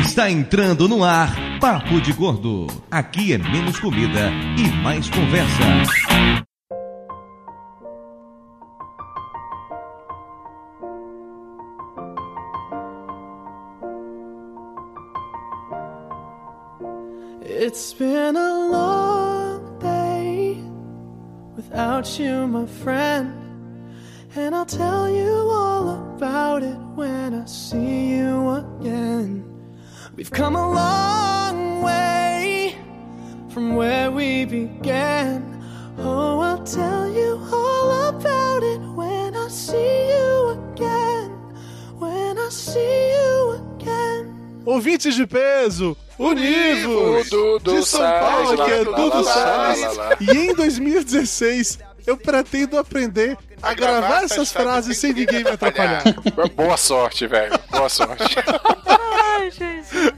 Está entrando no ar Papo de Gordo. Aqui é menos comida e mais conversa. It's been a long day without you, my friend. And I'll tell you all about it when I see you again. We've come a long way from where we began. Oh, I'll tell you all about it when I see you again. When I see you again. Ouvintes de peso, univos, Dudu de São Salles, Paulo, que lá, é lá, lá, Dudu lá, Salles. lá, lá. E em 2016, eu pretendo aprender a gravar gravar essas frases essas frases sem sem ninguém me atrapalhar. É, Boa sorte, velho. Boa sorte. Ai, Jesus.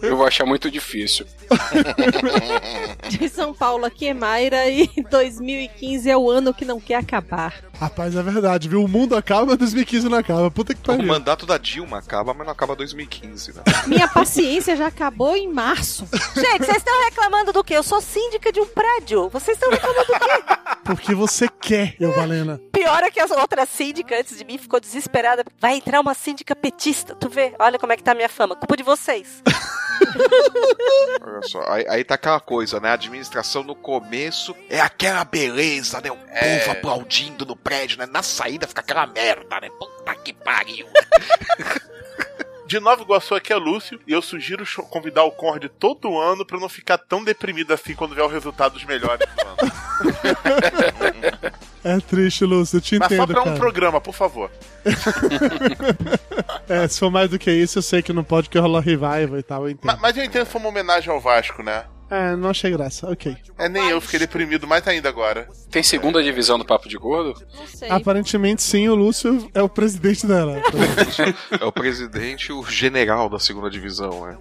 Eu vou achar muito difícil. De São Paulo aqui é Mayra e 2015 é o ano que não quer acabar. Rapaz, é verdade, viu? O mundo acaba, mas 2015 não acaba. Puta que O pariu. mandato da Dilma acaba, mas não acaba 2015, né? Minha paciência já acabou em março. Gente, vocês estão reclamando do quê? Eu sou síndica de um prédio. Vocês estão reclamando do quê? Porque você quer, eu Valena. Pior é que a outra síndica antes de mim ficou desesperada. Vai entrar uma síndica petista, tu vê? Olha como é que tá a minha fama. Culpa de vocês. Olha só, aí, aí tá aquela coisa, né? A administração no começo é aquela beleza, né? O povo aplaudindo no prédio, né? Na saída fica aquela merda, né? Puta que pariu. De Nova Iguaçu aqui é Lúcio e eu sugiro cho- convidar o Conde todo ano pra não ficar tão deprimido assim quando vier o resultado dos melhores. do ano. É triste, Lúcio, eu te Mas só entendo, pra um cara. programa, por favor. É, se for mais do que isso, eu sei que não pode que rola revival e tal, eu Ma- entendo. Mas eu entendo que foi uma homenagem ao Vasco, né? É, não achei graça, ok. É, nem eu fiquei deprimido mais ainda agora. É. Tem segunda divisão do Papo de Gordo? Não sei. Aparentemente, sim, o Lúcio é o presidente dela. É o presidente, o general da segunda divisão, né?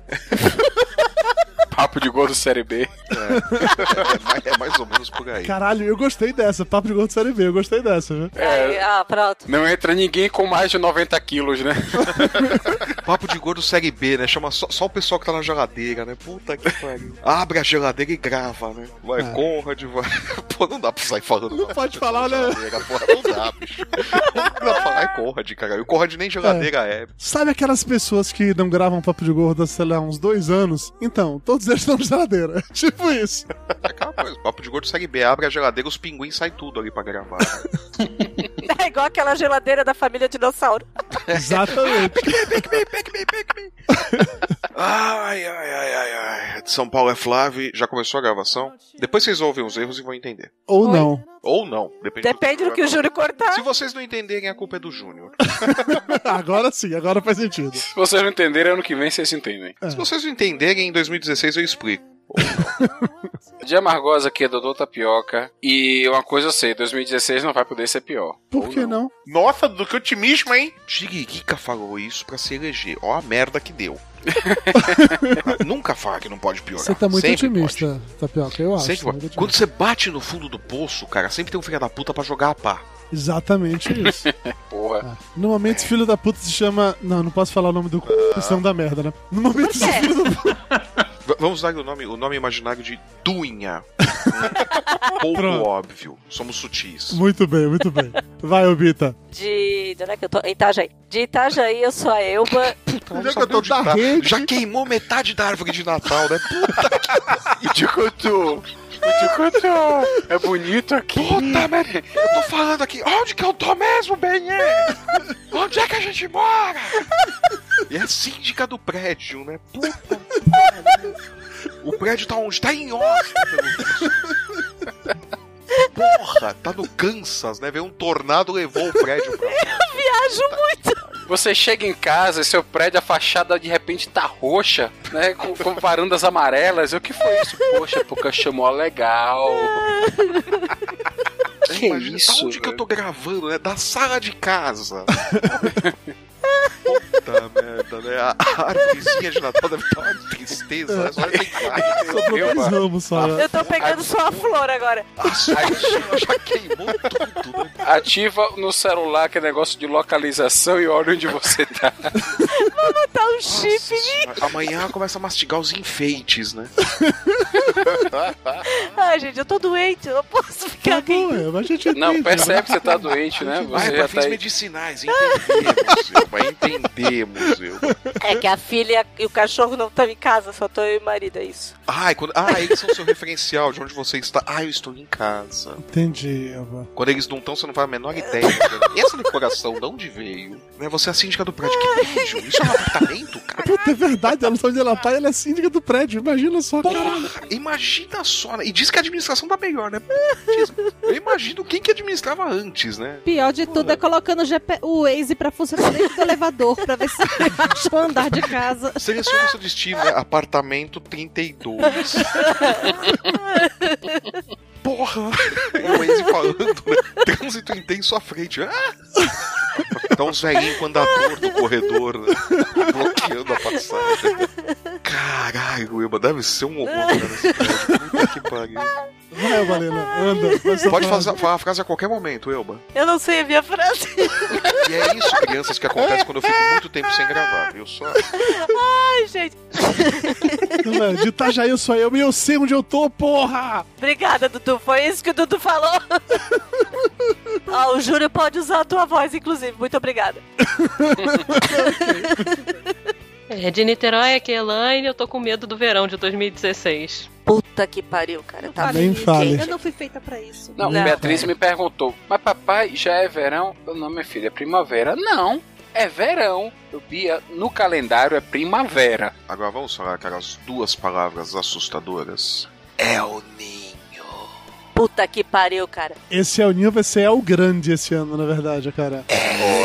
Papo de Gordo Série B. É mais, é mais ou menos por aí. Caralho, eu gostei dessa. Papo de Gordo Série B, eu gostei dessa, viu? Aí, ah, pronto. É, Não entra ninguém com mais de 90 quilos, né? Papo de gordo série B, né? Chama só, só o pessoal que tá na geladeira, né? Puta que pariu. Abre a geladeira e grava, né? Vai, É. Conrad, vai. Pô, não dá pra sair falando. Não mal pode do pessoal falar, da né? geladeira, Porra, não dá, bicho. Não dá pra falar, é Conrad, cara. E o Conrad nem geladeira é. Sabe aquelas pessoas que não gravam Papo de Gordo há, sei lá, uns dois anos? Então, todos eles estão na geladeira. tipo isso. É aquela coisa. Papo de gordo série B. Abre a geladeira, os pinguins saem tudo ali pra gravar. É igual aquela geladeira da família dinossauro. Exatamente. ai, ai, ai, ai, ai. São Paulo é Flávio. Já começou a gravação? Depois vocês ouvem os erros e vão entender. Ou Oi. não. Ou não. Depende, Depende do que o vai falar. Júlio cortar. Se vocês não entenderem, a culpa é do Júnior. Agora sim, agora faz sentido. Se vocês não entenderem, ano que vem vocês entendem. Se vocês não entenderem, em 2016 eu explico. Dia Margosa aqui é Dodô Tapioca. E uma coisa eu sei, 2016 não vai poder ser pior. Por Ou que não? Nossa, do que otimismo, hein? Tiririca falou isso pra se eleger. Ó a merda que deu. Nunca fala que não pode piorar. Você tá muito Sempre otimista, Tapioca, eu pode. acho. Sempre tá pode. muito otimista. Quando você bate no fundo do poço, cara, sempre tem um filho da puta pra jogar a pá. Exatamente isso. Porra. Ah, No momento, esse filho da puta se chama. Não, não posso falar o nome do c. Senão dá merda, né? No momento, esse quê? filho da puta. V- vamos dar o nome, o nome imaginário de Dunha. Pouco Pronto. óbvio. Somos sutis. Muito bem, muito bem. Vai, Obita. De. De onde é que eu tô? Itajaí. De Itajaí, eu sou a Elba. Então, Onde é que não eu tô? sabia onde Da rede? Já queimou metade da árvore de Natal, né? Tchucutu! Tchucutu! É bonito aqui. Puta merda! Eu tô falando aqui, onde que eu tô mesmo, Benê? Onde é que a gente mora? E é a síndica do prédio, né? Puta merda. O prédio tá onde? Tá em Austin! Porra, tá no Kansas, né? Veio um tornado, levou o prédio pra lá. Viajo muito. Você chega em casa e seu prédio, a fachada de repente tá roxa, né? Com, com varandas amarelas. E o que foi isso? Poxa, porque chamou legal. Que Imagina, tá isso? onde que eu velho? tô gravando, né? Da sala de casa. Puta merda, né? A a árvorezinha de Natal deve estar uma tristeza. né? Só tem que Sobrou Meu, dois mano. ramos só. né? Ah, Eu tô pegando só a flor agora. A sorte já queimou tudo, né? Ativa no celular que é negócio de localização e olha onde você tá. Tá um chip. Nossa senhora, Amanhã começa a mastigar os enfeites, né? Ai, gente, eu tô doente, eu não posso ficar Tá aqui. bom, é, mas a gente Não, entende, percebe que você tá doente, né? ah, Você é pra um já fins tá aí. medicinais. Entender, museu. Vai entender, museu. É que a filha e o cachorro não estão em casa, só tô eu e o marido, é isso. Ai, quando... ah, eles são seu referencial de onde você está. Ah, eu estou em casa. né? Entendi, Eva. Quando eles não estão, você não faz a menor ideia. E essa decoração, de onde veio? Né, Você é a síndica do prédio. Que prédio? Isso é um apartamento, cara? Puta, é verdade, ela sabe onde ela tá e ela é síndica do prédio. Imagina só, caralho. Porra, imagina só. né? E diz que a administração tá melhor, né? Diz- Eu imagino quem que administrava antes, né? Pior de tudo é colocando o, GP, o Waze pra funcionar dentro do elevador, pra ver se acha o andar de casa. Seleciona seu destino, né? Apartamento 32. Porra! É o Waze falando, né? Trânsito intenso à frente. Ah! Tá uns velhinhos com andador no corredor, né? Bloqueando a passagem. Caralho, Eba, deve ser um horror, cara, esse prédio. Puta que pariu. Vai, Valena, anda. faz sua Pode frase. fazer, falar a frase a qualquer momento, Elba. Eu não sei a minha frase. E é isso, crianças, que acontece quando eu fico muito tempo sem gravar. Eu só. Ai, gente. Não é, De Itajaí eu sou eu e eu sei onde eu tô, porra! Obrigada, Dudu. Foi isso que o Dudu falou. Ó, o Júlio pode usar a tua voz, inclusive. Muito obrigada. É, de Niterói aqui, é Elaine, eu tô com medo do verão de 2016. Puta que pariu, cara. Tá Nem isso. fale. Eu não fui feita pra isso. Não, Não. é. Beatriz me perguntou, mas papai, já é verão? Eu, não, minha filha, é primavera. Não, é verão. Eu, Bia, no calendário é primavera. Agora vamos falar aquelas duas palavras assustadoras. É o ninho. Puta que pariu, cara. Esse El Ninho vai ser El Grande esse ano, na verdade, cara.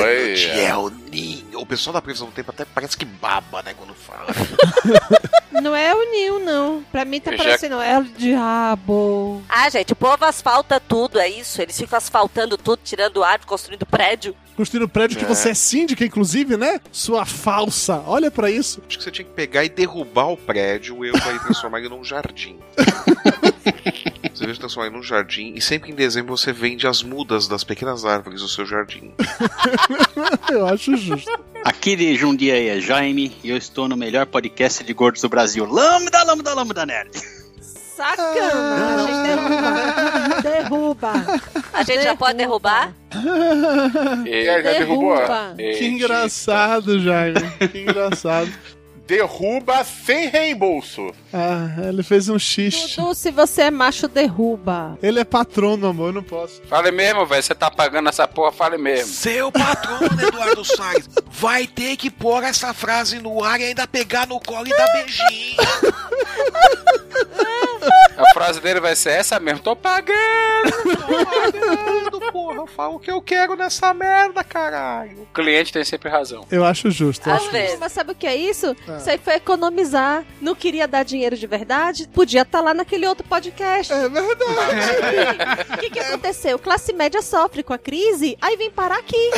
Oi. É o ninho. O pessoal da previsão do tempo até parece que baba, né, quando fala. Não é o Nil, não. Pra mim tá Eu já- parecendo. É o diabo. Ah, gente, o povo asfalta tudo, é isso. Eles ficam asfaltando tudo, tirando árvore, construindo prédio. Construindo um prédio que você é síndica, inclusive, né? Sua falsa. Olha pra isso. Acho que você tinha que pegar e derrubar o prédio e eu vai transformar ele num jardim. Você veio transformar ele num jardim e sempre em dezembro você vende as mudas das pequenas árvores do seu jardim. Eu acho justo. Aqui de Jundiaí é Jaime e eu estou no melhor podcast de gordos do Brasil. Lambda, lambda, lambda, nerd. Ah. Sacanagem. Derruba. Derruba. A gente já pode derrubar? E aí, já derrubou? Derruba. É, É, Que engraçado, Jaime. Que engraçado. Derruba sem reembolso. Ah, ele fez um xiste. Dudu, se você é macho, derruba. Ele é patrono, amor, eu não posso. Fale mesmo, velho, você tá pagando essa porra, fale mesmo. Seu patrono, Eduardo Salles, vai ter que pôr essa frase no ar e ainda pegar no colo e dar beijinho. A frase dele vai ser essa mesmo, tô pagando. porra, eu falo o que eu quero nessa merda, caralho. O cliente tem sempre razão. Eu acho justo. eu Às acho vezes. Mas sabe o que é isso? Ah. Isso aí foi economizar. Não queria dar dinheiro de verdade? Podia estar lá naquele outro podcast. É verdade. O que, que aconteceu? Classe média sofre com a crise, aí vem parar aqui.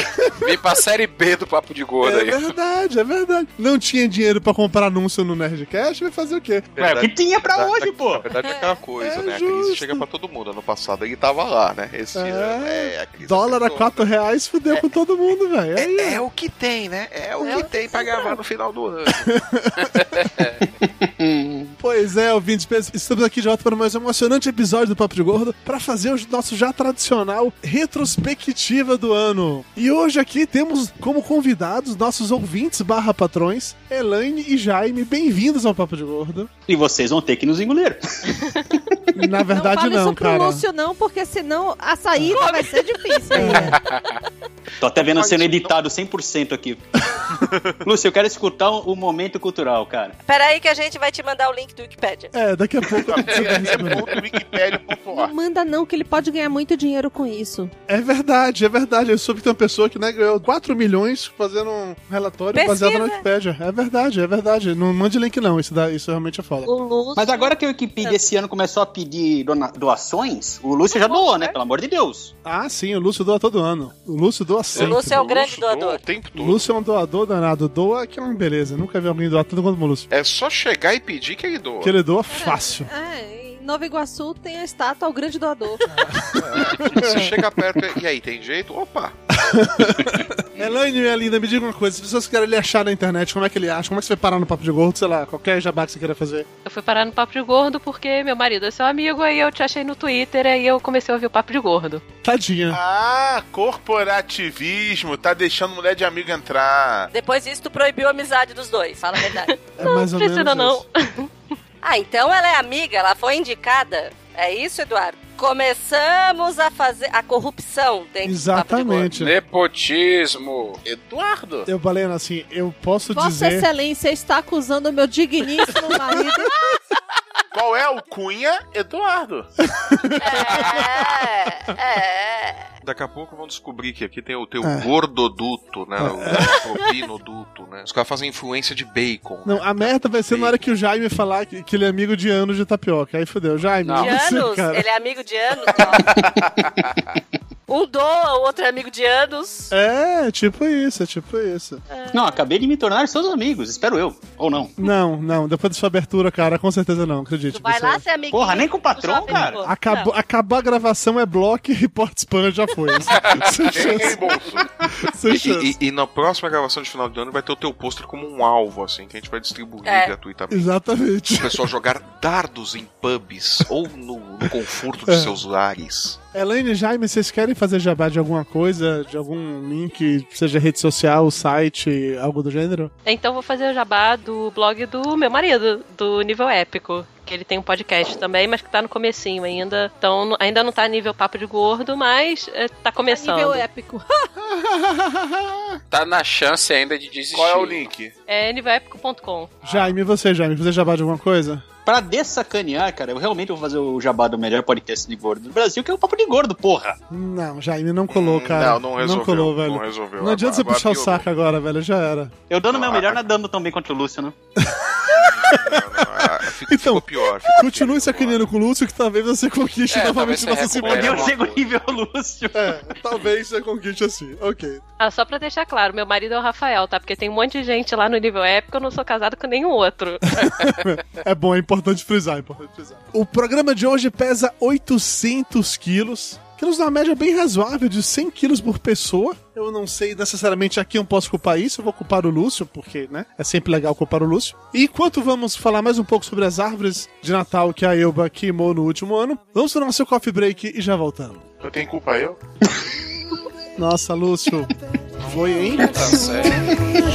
Vem pra série B do Papo de Gordo É aí. verdade, é verdade. Não tinha dinheiro pra comprar anúncio no Nerdcast, vai fazer o quê? Ué, o que tinha pra É Verdade, hoje, Na pô? verdade é aquela coisa, É né? A justo. crise chega pra todo mundo. Ano passado ele tava lá, né? Esse É. ano é a crise. Dólar a afetou. 4 reais fudeu com todo mundo, velho. Aí, É, é o que tem, né? É o que tem pra gravar no final do ano. Pois é, ouvintes, pes- estamos aqui de volta para mais um emocionante episódio do Papo de Gordo para fazer o nosso já tradicional retrospectiva do ano. E hoje aqui temos como convidados nossos ouvintes barra patrões, Elaine e Jaime. Bem-vindos ao Papo de Gordo. E vocês vão ter que nos engolir. Na verdade, não fala não, isso pro cara. Lúcio, não, porque senão a saída vai ser difícil. ainda. Tô até vendo Olha, sendo isso não- editado 100% aqui. Lúcio, eu quero escutar o momento cultural, cara. Peraí que a gente vai te mandar o link do Wikipedia. É, daqui a pouco você vai responder. Wikipedia.org. Não manda, não, que ele pode ganhar muito dinheiro com isso. É verdade, é verdade. Eu soube que tem uma pessoa que né, ganhou 4 milhões fazendo um relatório Pesquisa. baseado na Wikipédia. É verdade, é verdade. Não mande link, não. Isso, dá, isso realmente é foda. O Lúcio. Mas agora que o Wikipedia esse ano começou a pedir dona- doações, o Lúcio já doou, né? Pelo amor de Deus. Ah, sim, o Lúcio doa todo ano. O Lúcio doa O sempre. Lúcio é o grande Lúcio doa doador. O tempo O todo. Lúcio é um doador danado. Doa que é uma beleza. Nunca vi alguém doar tanto quanto o Lúcio. É só chegar e pedir que ele doa. Que ele doa fácil. É, Nova Iguaçu tem a estátua ao grande doador. Você chega perto e- e aí, tem jeito? Opa! Elaine, minha linda, me diga uma coisa. Se vocês querem ele achar na internet, como é que ele acha? Como é que você vai parar no Papo de Gordo? Sei lá, qualquer jabá que você queira fazer. Eu fui parar no Papo de Gordo porque meu marido é seu amigo, aí eu te achei no Twitter, aí eu comecei a ouvir o Papo de Gordo. Tadinha. Ah, corporativismo, tá deixando mulher de amigo entrar. Depois disso, tu proibiu a amizade dos dois, fala a verdade. Não, É mais ou precisa menos não. ah, então ela é amiga, ela foi indicada. É isso, Eduardo? Começamos a fazer a corrupção dentro É, Exatamente. Nepotismo. Eduardo? Eu, Balena, assim, eu posso Vossa dizer. Excelência está acusando o meu digníssimo marido. Qual é o Cunha? Eduardo. É, Daqui a pouco vão descobrir que aqui tem o teu É. gordoduto, né? O propinoduto, né? Os caras fazem influência de bacon. Não, a merda vai ser na hora que o Jaime falar que, que ele é amigo de anos de tapioca. Aí fodeu, Jaime. De você, anos? Ah, cara. Ele é amigo de anos? Não. um doa, o outro é amigo de anos. É, tipo isso, é tipo isso. É. Não, acabei de me tornar seus amigos, espero eu. Ou não. Não, não, depois da sua abertura, cara, com certeza não, acredite. Vai você- lá ser amigo Porra, nem com o patrão, cara. Acabou, acabou a gravação, é bloco e report spam já foi. Sem chance. Sem chance. E, e- e na próxima gravação de final de ano vai ter o teu pôster como um alvo, assim, que a gente vai distribuir É. gratuitamente. Exatamente. O pessoal jogar dardos em pubs ou no, no conforto É. de seus lares. Elaine e Jaime, vocês querem fazer jabá de alguma coisa, de algum link, seja rede social, site, algo do gênero? Então vou fazer o jabá do blog do meu marido, do Nível Épico. Que ele tem um podcast também, mas que tá no comecinho ainda. Então n- ainda não tá nível papo de gordo, mas é, tá começando. Nível épico. Tá na chance ainda de desistir. Qual é o link? É nívelépico.com. Ah. Jaime, e você, Jaime, fazer jabá de alguma coisa? Pra dessacanear, cara, eu realmente vou fazer o jabá do melhor podcast de gordo do Brasil, que é o Papo de Gordo, porra. Não, Jaime, não colou, cara. Hum, não, não resolveu, colou, velho. não resolveu. Não adianta você Agora puxar o piorou. saco agora, velho, já era. Eu dando meu melhor nadando também contra o Lúcio, né? Então, pior. continue sacaneando com o Lúcio, que talvez você conquiste É, novamente talvez nossa você simpatia. recupere alguma coisa. nível Lúcio. É, talvez você conquiste assim, ok. Ah, só pra deixar claro, meu marido é o Rafael, tá? Porque tem um monte de gente lá no nível épico, eu não sou casado com nenhum outro. É bom, é importante frisar, é importante frisar. O programa de hoje pesa 800 quilos. Quilos numa média bem razoável, de 100 quilos por pessoa. Eu não sei necessariamente a quem eu posso culpar isso, eu vou culpar o Lúcio, porque, né, é sempre legal culpar o Lúcio. E enquanto vamos falar mais um pouco sobre as árvores de Natal que a Elba queimou no último ano, vamos pro nosso coffee break e já voltamos. Eu tenho culpa eu? Nossa, Lúcio, foi, hein? Tá certo.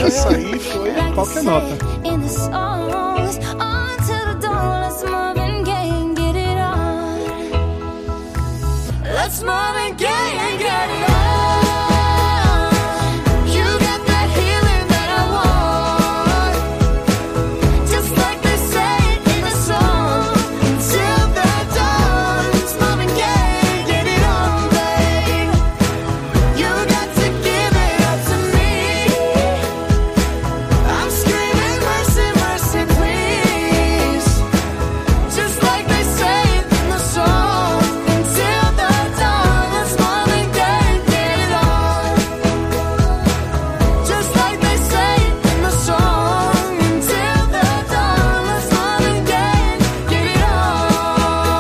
Essa aí foi qualquer nota. in the songs. On till the dawn, let's mob and gay and get it on. Let's mob and gay and get it on. You got that healing that I want. Just like they say it in the song. Until the dawn, let's mob and gay and get it on, babe. You got to give it up to me. I'm screaming mercy, mercy, please. Just like they say it in the song. Until the dawn, let's mom and dad get it on. Just like they say it in the song. Until the dawn, let's mom and dad get it on.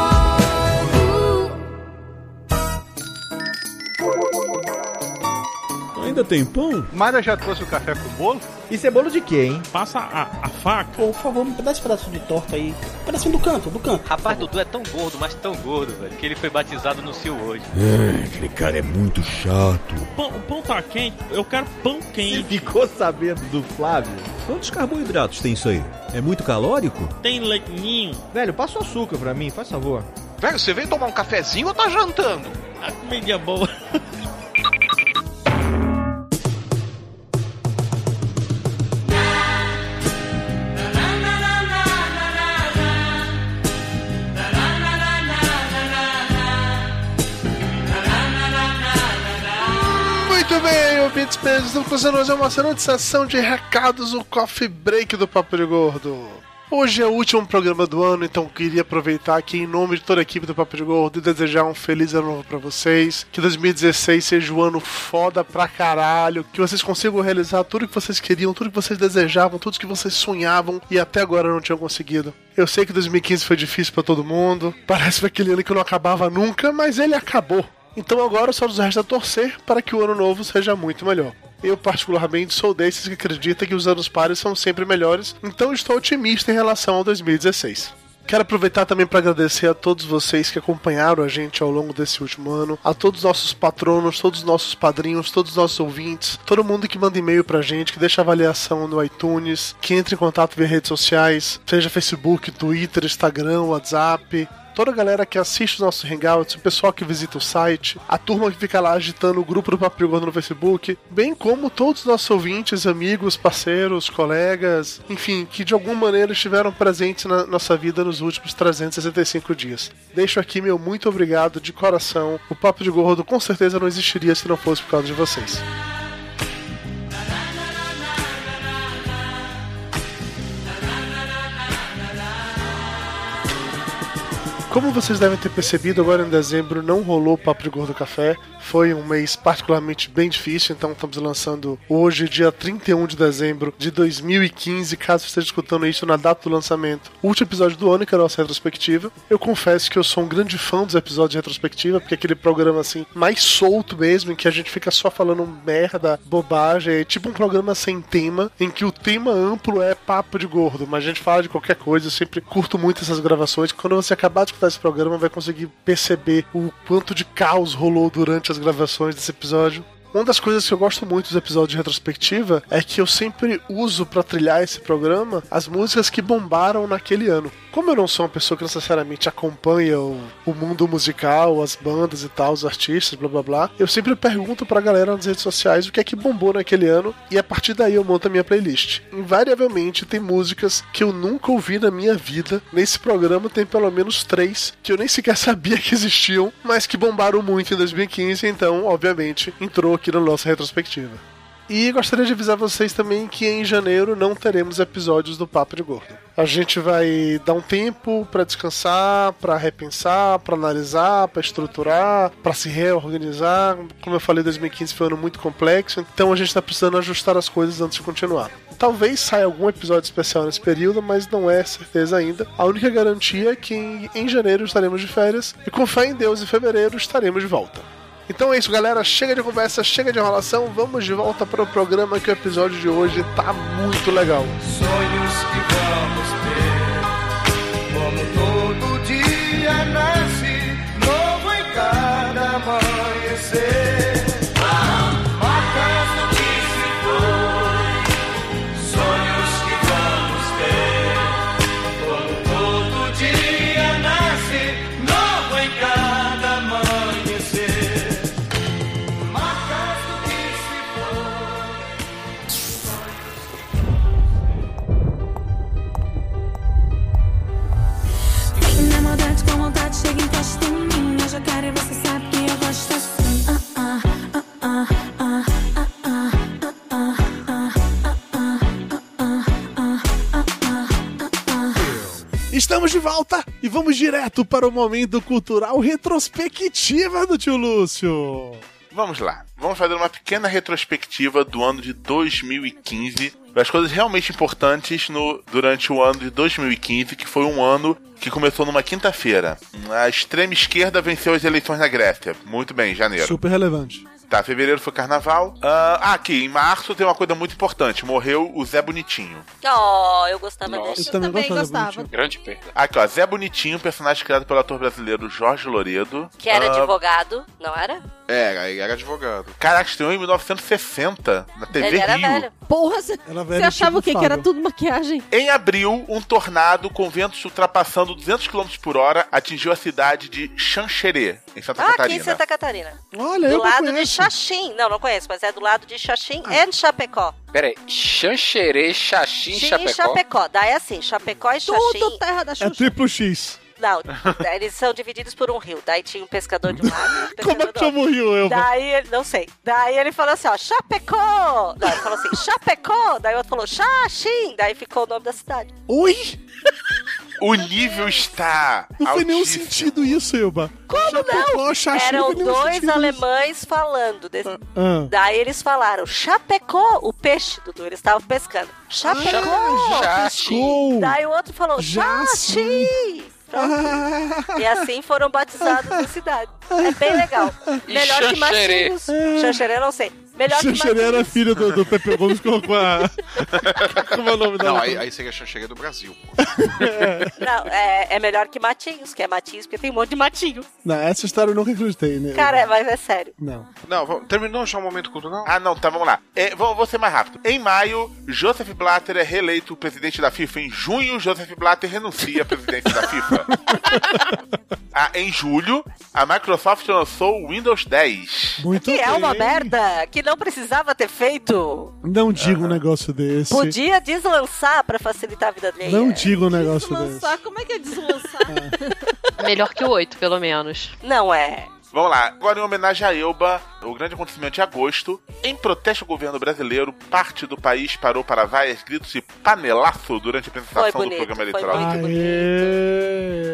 Ainda tem pão? Mara já trouxe o café com bolo? Isso é bolo de quê, hein? Passa a, faca. por favor, me dá esse pedaço de torta aí. Pedacinho do canto, do canto. Rapaz, Dudu é tão gordo, mas tão gordo, velho, que ele foi batizado no seu hoje. Ai, aquele cara é muito chato. Pão, o pão tá quente? Eu quero pão quente. Você ficou sabendo do Flávio? Quantos carboidratos tem isso aí? É muito calórico? Tem leitinho? Velho, passa o açúcar pra mim, faz favor. Velho, você veio tomar um cafezinho ou tá jantando? A comida é boa. Muito bem, ouvintes presos, estamos começando mais uma emocionante sessão de recados, o Coffee Break do Papo de Gordo. Hoje é o último programa do ano, então queria aproveitar aqui em nome de toda a equipe do Papo de Gordo e desejar um feliz ano novo pra vocês. Que 2016 seja um ano foda pra caralho. Que vocês consigam realizar tudo que vocês queriam, tudo que vocês desejavam, tudo que vocês sonhavam e até agora não tinham conseguido. Eu sei que 2015 foi difícil pra todo mundo. Parece que aquele ano que não acabava nunca, mas ele acabou. Então agora só nos resta torcer para que o ano novo seja muito melhor. Eu, particularmente, sou desses que acredita que os anos pares são sempre melhores, então estou otimista em relação ao 2016. Quero aproveitar também para agradecer a todos vocês que acompanharam a gente ao longo desse último ano, a todos os nossos patronos, todos os nossos padrinhos, todos os nossos ouvintes, todo mundo que manda e-mail pra gente, que deixa avaliação no iTunes, que entra em contato via redes sociais, seja Facebook, Twitter, Instagram, WhatsApp, toda a galera que assiste os nossos hangouts, o pessoal que visita o site, a turma que fica lá agitando o grupo do Papo Gordo no Facebook, bem como todos os nossos ouvintes, amigos, parceiros, colegas, enfim, que de alguma maneira estiveram presentes na nossa vida nos últimos 365 dias. Deixo aqui meu muito obrigado de coração. O Papo de Gordo com certeza não existiria se não fosse por causa de vocês. Como vocês devem ter percebido, agora em dezembro não rolou Papo de Gordo Café. Foi um mês particularmente bem difícil, então estamos lançando hoje, dia 31 de dezembro de 2015, caso esteja escutando isso na data do lançamento. O último episódio do ano, que é a nossa retrospectiva. Eu confesso que eu sou um grande fã dos episódios de retrospectiva, porque é aquele programa assim, mais solto mesmo, em que a gente fica só falando merda, bobagem. É tipo um programa sem tema, em que o tema amplo é papo de gordo, mas a gente fala de qualquer coisa. Eu sempre curto muito essas gravações. Quando você acabar de escutar esse programa, vai conseguir perceber o quanto de caos rolou durante as gravações desse episódio. Uma das coisas que eu gosto muito dos episódios de retrospectiva é que eu sempre uso pra trilhar esse programa as músicas que bombaram naquele ano. Como eu não sou uma pessoa que necessariamente acompanha o, o mundo musical, as bandas e tal, os artistas, blá blá blá, eu sempre pergunto pra galera nas redes sociais o que é que bombou naquele ano e a partir daí eu monto a minha playlist. Invariavelmente tem músicas que eu nunca ouvi na minha vida. Nesse programa tem pelo menos três que eu nem sequer sabia que existiam, mas que bombaram muito em 2015, então, obviamente, entrou aqui na nossa retrospectiva. E gostaria de avisar vocês também que em janeiro não teremos episódios do Papo de Gordo. A gente vai dar um tempo pra descansar, pra repensar, pra analisar, pra estruturar, pra se reorganizar. Como eu falei, 2015 foi um ano muito complexo, então a gente tá precisando ajustar as coisas antes de continuar. Talvez saia algum episódio especial nesse período, mas não é certeza ainda. A única garantia é que em- em janeiro estaremos de férias e com fé em Deus em fevereiro estaremos de volta. Então é isso, galera. Chega de conversa, chega de enrolação. Vamos de volta para o programa que o episódio de hoje tá muito legal. Sonhos que vamos ter, como todo dia nasce, novo em cada amanhecer. Marcas do que se foi, sonhos que vamos ter, como todo dia nasce, novo em cada amanhecer. Marcas do que se foi. Fique na maldade, com maldade, chega e encosta em mim. Eu já quero e você sabe que eu gosto assim. Ah, ah, ah, ah, ah, ah, ah, ah, ah, ah, ah, ah, ah, ah, ah, ah, ah. Estamos de volta e vamos direto para o momento cultural retrospectiva do tio Lúcio. Vamos lá. Vamos fazer uma pequena retrospectiva do ano de 2015, das coisas realmente importantes no, durante o ano de 2015, que foi um ano que começou numa quinta-feira. A extrema esquerda venceu as eleições na Grécia. Muito bem, janeiro. Super relevante. Tá, fevereiro foi carnaval. Ah, aqui, em março tem uma coisa muito importante. Morreu o Zé Bonitinho. Oh, eu gostava desse. Grande perda. Aqui, ó. Zé Bonitinho, personagem criado pelo ator brasileiro Jorge Loredo. Que era Ah, é, advogado, não era? Era, ele era advogado. Caraca, estreou em 1960, na TV Ele era Rio. velho. Porra, você você tipo, achava o quê? Que era tudo maquiagem? Em abril, um tornado com ventos ultrapassando 200 km por hora atingiu a cidade de Xanxerê, em Santa Ah, aqui Catarina. em Santa Catarina. Olha, do eu não lado de Xaxim. Não, não conheço, mas é do lado de Xaxim e de Chapecó. Pera aí, Xanxerê, Xaxim, Xim e Chapecó. Chapecó. Daí é assim, Chapecó e Xaxim. Tudo terra da É triplo X. Não, eles são divididos por um rio. Daí tinha um pescador de um lado. e um pescador Como é que chama o rio, do eu? outro. Daí ele, não sei. Daí ele falou assim, ó, Chapecó. Não, ele falou assim, Chapecó. Daí o outro falou, Xaxim. Daí ficou o nome da cidade. Ui! O nível está. Não faz nenhum sentido isso, Ilba. Como não? Xaxim, Eram não faz nenhum dois sentido alemães falando. desse- Ah. Daí eles falaram, Chapecó, o peixe, Dudu. Eles estavam pescando. Chapecó. Ah, pescou. Daí o outro falou, Jaci. Jaci. Pronto. Ah. E assim foram batizados na cidade. É bem legal. E Melhor que Xanxerê. Matinhos. Xanxerê, eu não sei. Melhor que Ah. Xanxerê Matinhos. era filho do, do Pepe Gomes que colocou a. Como é o Não, nome dela? aí, aí seria Xanxerê do Brasil. pô. Não, é, é melhor que Matinhos, que é Matinhos, porque tem um monte de Matinho. Não, essa história eu nunca acreditei, né? Cara, é- mas é sério. Não. Não, vamos- terminou já o momento cultural? Ah, não, tá, vamos lá. É, vou, vou ser mais rápido. Em maio, Joseph Blatter é reeleito presidente da FIFA. Em junho, Joseph Blatter renuncia à presidência da FIFA. Ah, em julho, a Microsoft lançou o Windows 10. Muito que é uma bem. merda que não precisava ter feito. Não diga um negócio desse. Podia deslançar pra facilitar a vida dele. Não diga um negócio desse. É. como é que é deslançar? Melhor que o 8, pelo menos. Não é. Vamos lá, agora em homenagem a Elba, o grande acontecimento de agosto, em protesto ao governo brasileiro, parte do país parou para vaias, gritos e panelaço durante a Foi apresentação do bonito, programa foi eleitoral. muito bonito.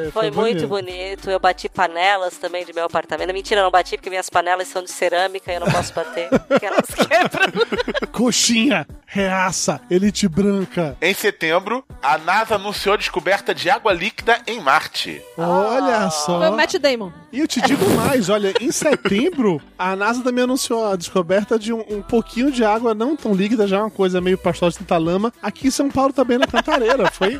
Aê, Foi muito bonito. Eu bati panelas também do meu apartamento. Mentira, eu não bati porque minhas panelas são de cerâmica e eu não posso bater. porque elas quebram. Coxinha, reaça, elite branca. Em setembro, a NASA anunciou a descoberta de água líquida em Marte. Ah. Olha só. Foi É o Matt Damon. E eu te digo mais, olha, em setembro, a NASA também anunciou a descoberta de um, um pouquinho de água não tão líquida, já é uma coisa meio pastel de lama, aqui em São Paulo também na Cantareira. Foi,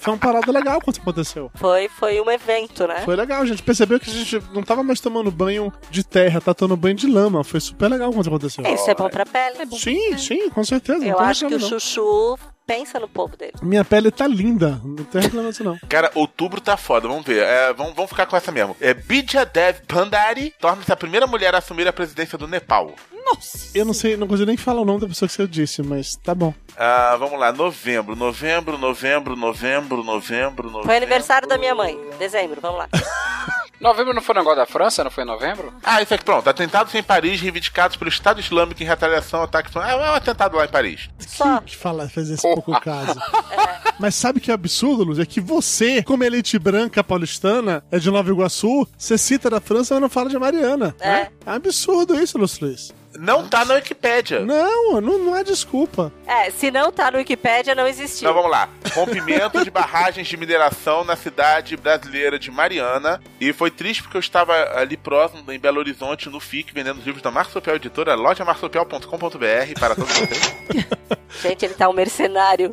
foi uma parada legal quando isso aconteceu. Foi, foi um evento, né? Foi legal, a gente percebeu que a gente não tava mais tomando banho de terra, tá tomando banho de lama. Foi super legal quando isso aconteceu. Isso é bom pra pele. Sim, sim, com certeza. não Eu tô acho que o reclamando, não. Chuchu pensa no povo dele. Minha pele tá linda, não tem reclamando disso não. Cara, outubro tá foda, vamos ver. É, vamos, vamos ficar com essa mesmo. É, Bidya Dev Pandari torna-se a primeira mulher a assumir a presidência do Nepal. Eu não sei, não consigo nem falar o nome da pessoa que você disse, mas tá bom. Ah, vamos lá, novembro, novembro, novembro, novembro, novembro, novembro. Foi aniversário da minha mãe. Dezembro, vamos lá. Novembro não foi o negócio da França? Não foi em novembro? Ah, isso aqui, pronto. Atentados em Paris reivindicados pelo Estado Islâmico em retaliação ao ataque. Ah, é um atentado lá em Paris. Que fala, fez esse pouco caso. Mas sabe que é absurdo, Luz? É que você, como elite branca paulistana, é de Nova Iguaçu, você cita da França, mas não fala de Mariana. É. absurdo isso, Lúcio Luiz. Não tá na Wikipédia. Não, não, não é desculpa. É, se não tá no Wikipédia, não existiu. Então vamos lá. Rompimento de barragens de mineração na cidade brasileira de Mariana. E foi triste porque eu estava ali próximo, em Belo Horizonte, no FIC, vendendo os livros da Marsopial Editora, loja marsopial.com.br para todos vocês. Gente, ele tá um mercenário.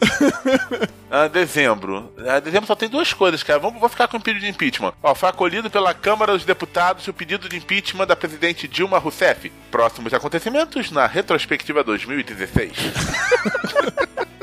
Ah, dezembro. Ah, dezembro só tem duas coisas, cara. Vamos, vou ficar com o pedido de impeachment. Ó, foi acolhido pela Câmara dos Deputados o pedido de impeachment da presidente Dilma Rousseff. Próximos acontecimentos na retrospectiva 2016.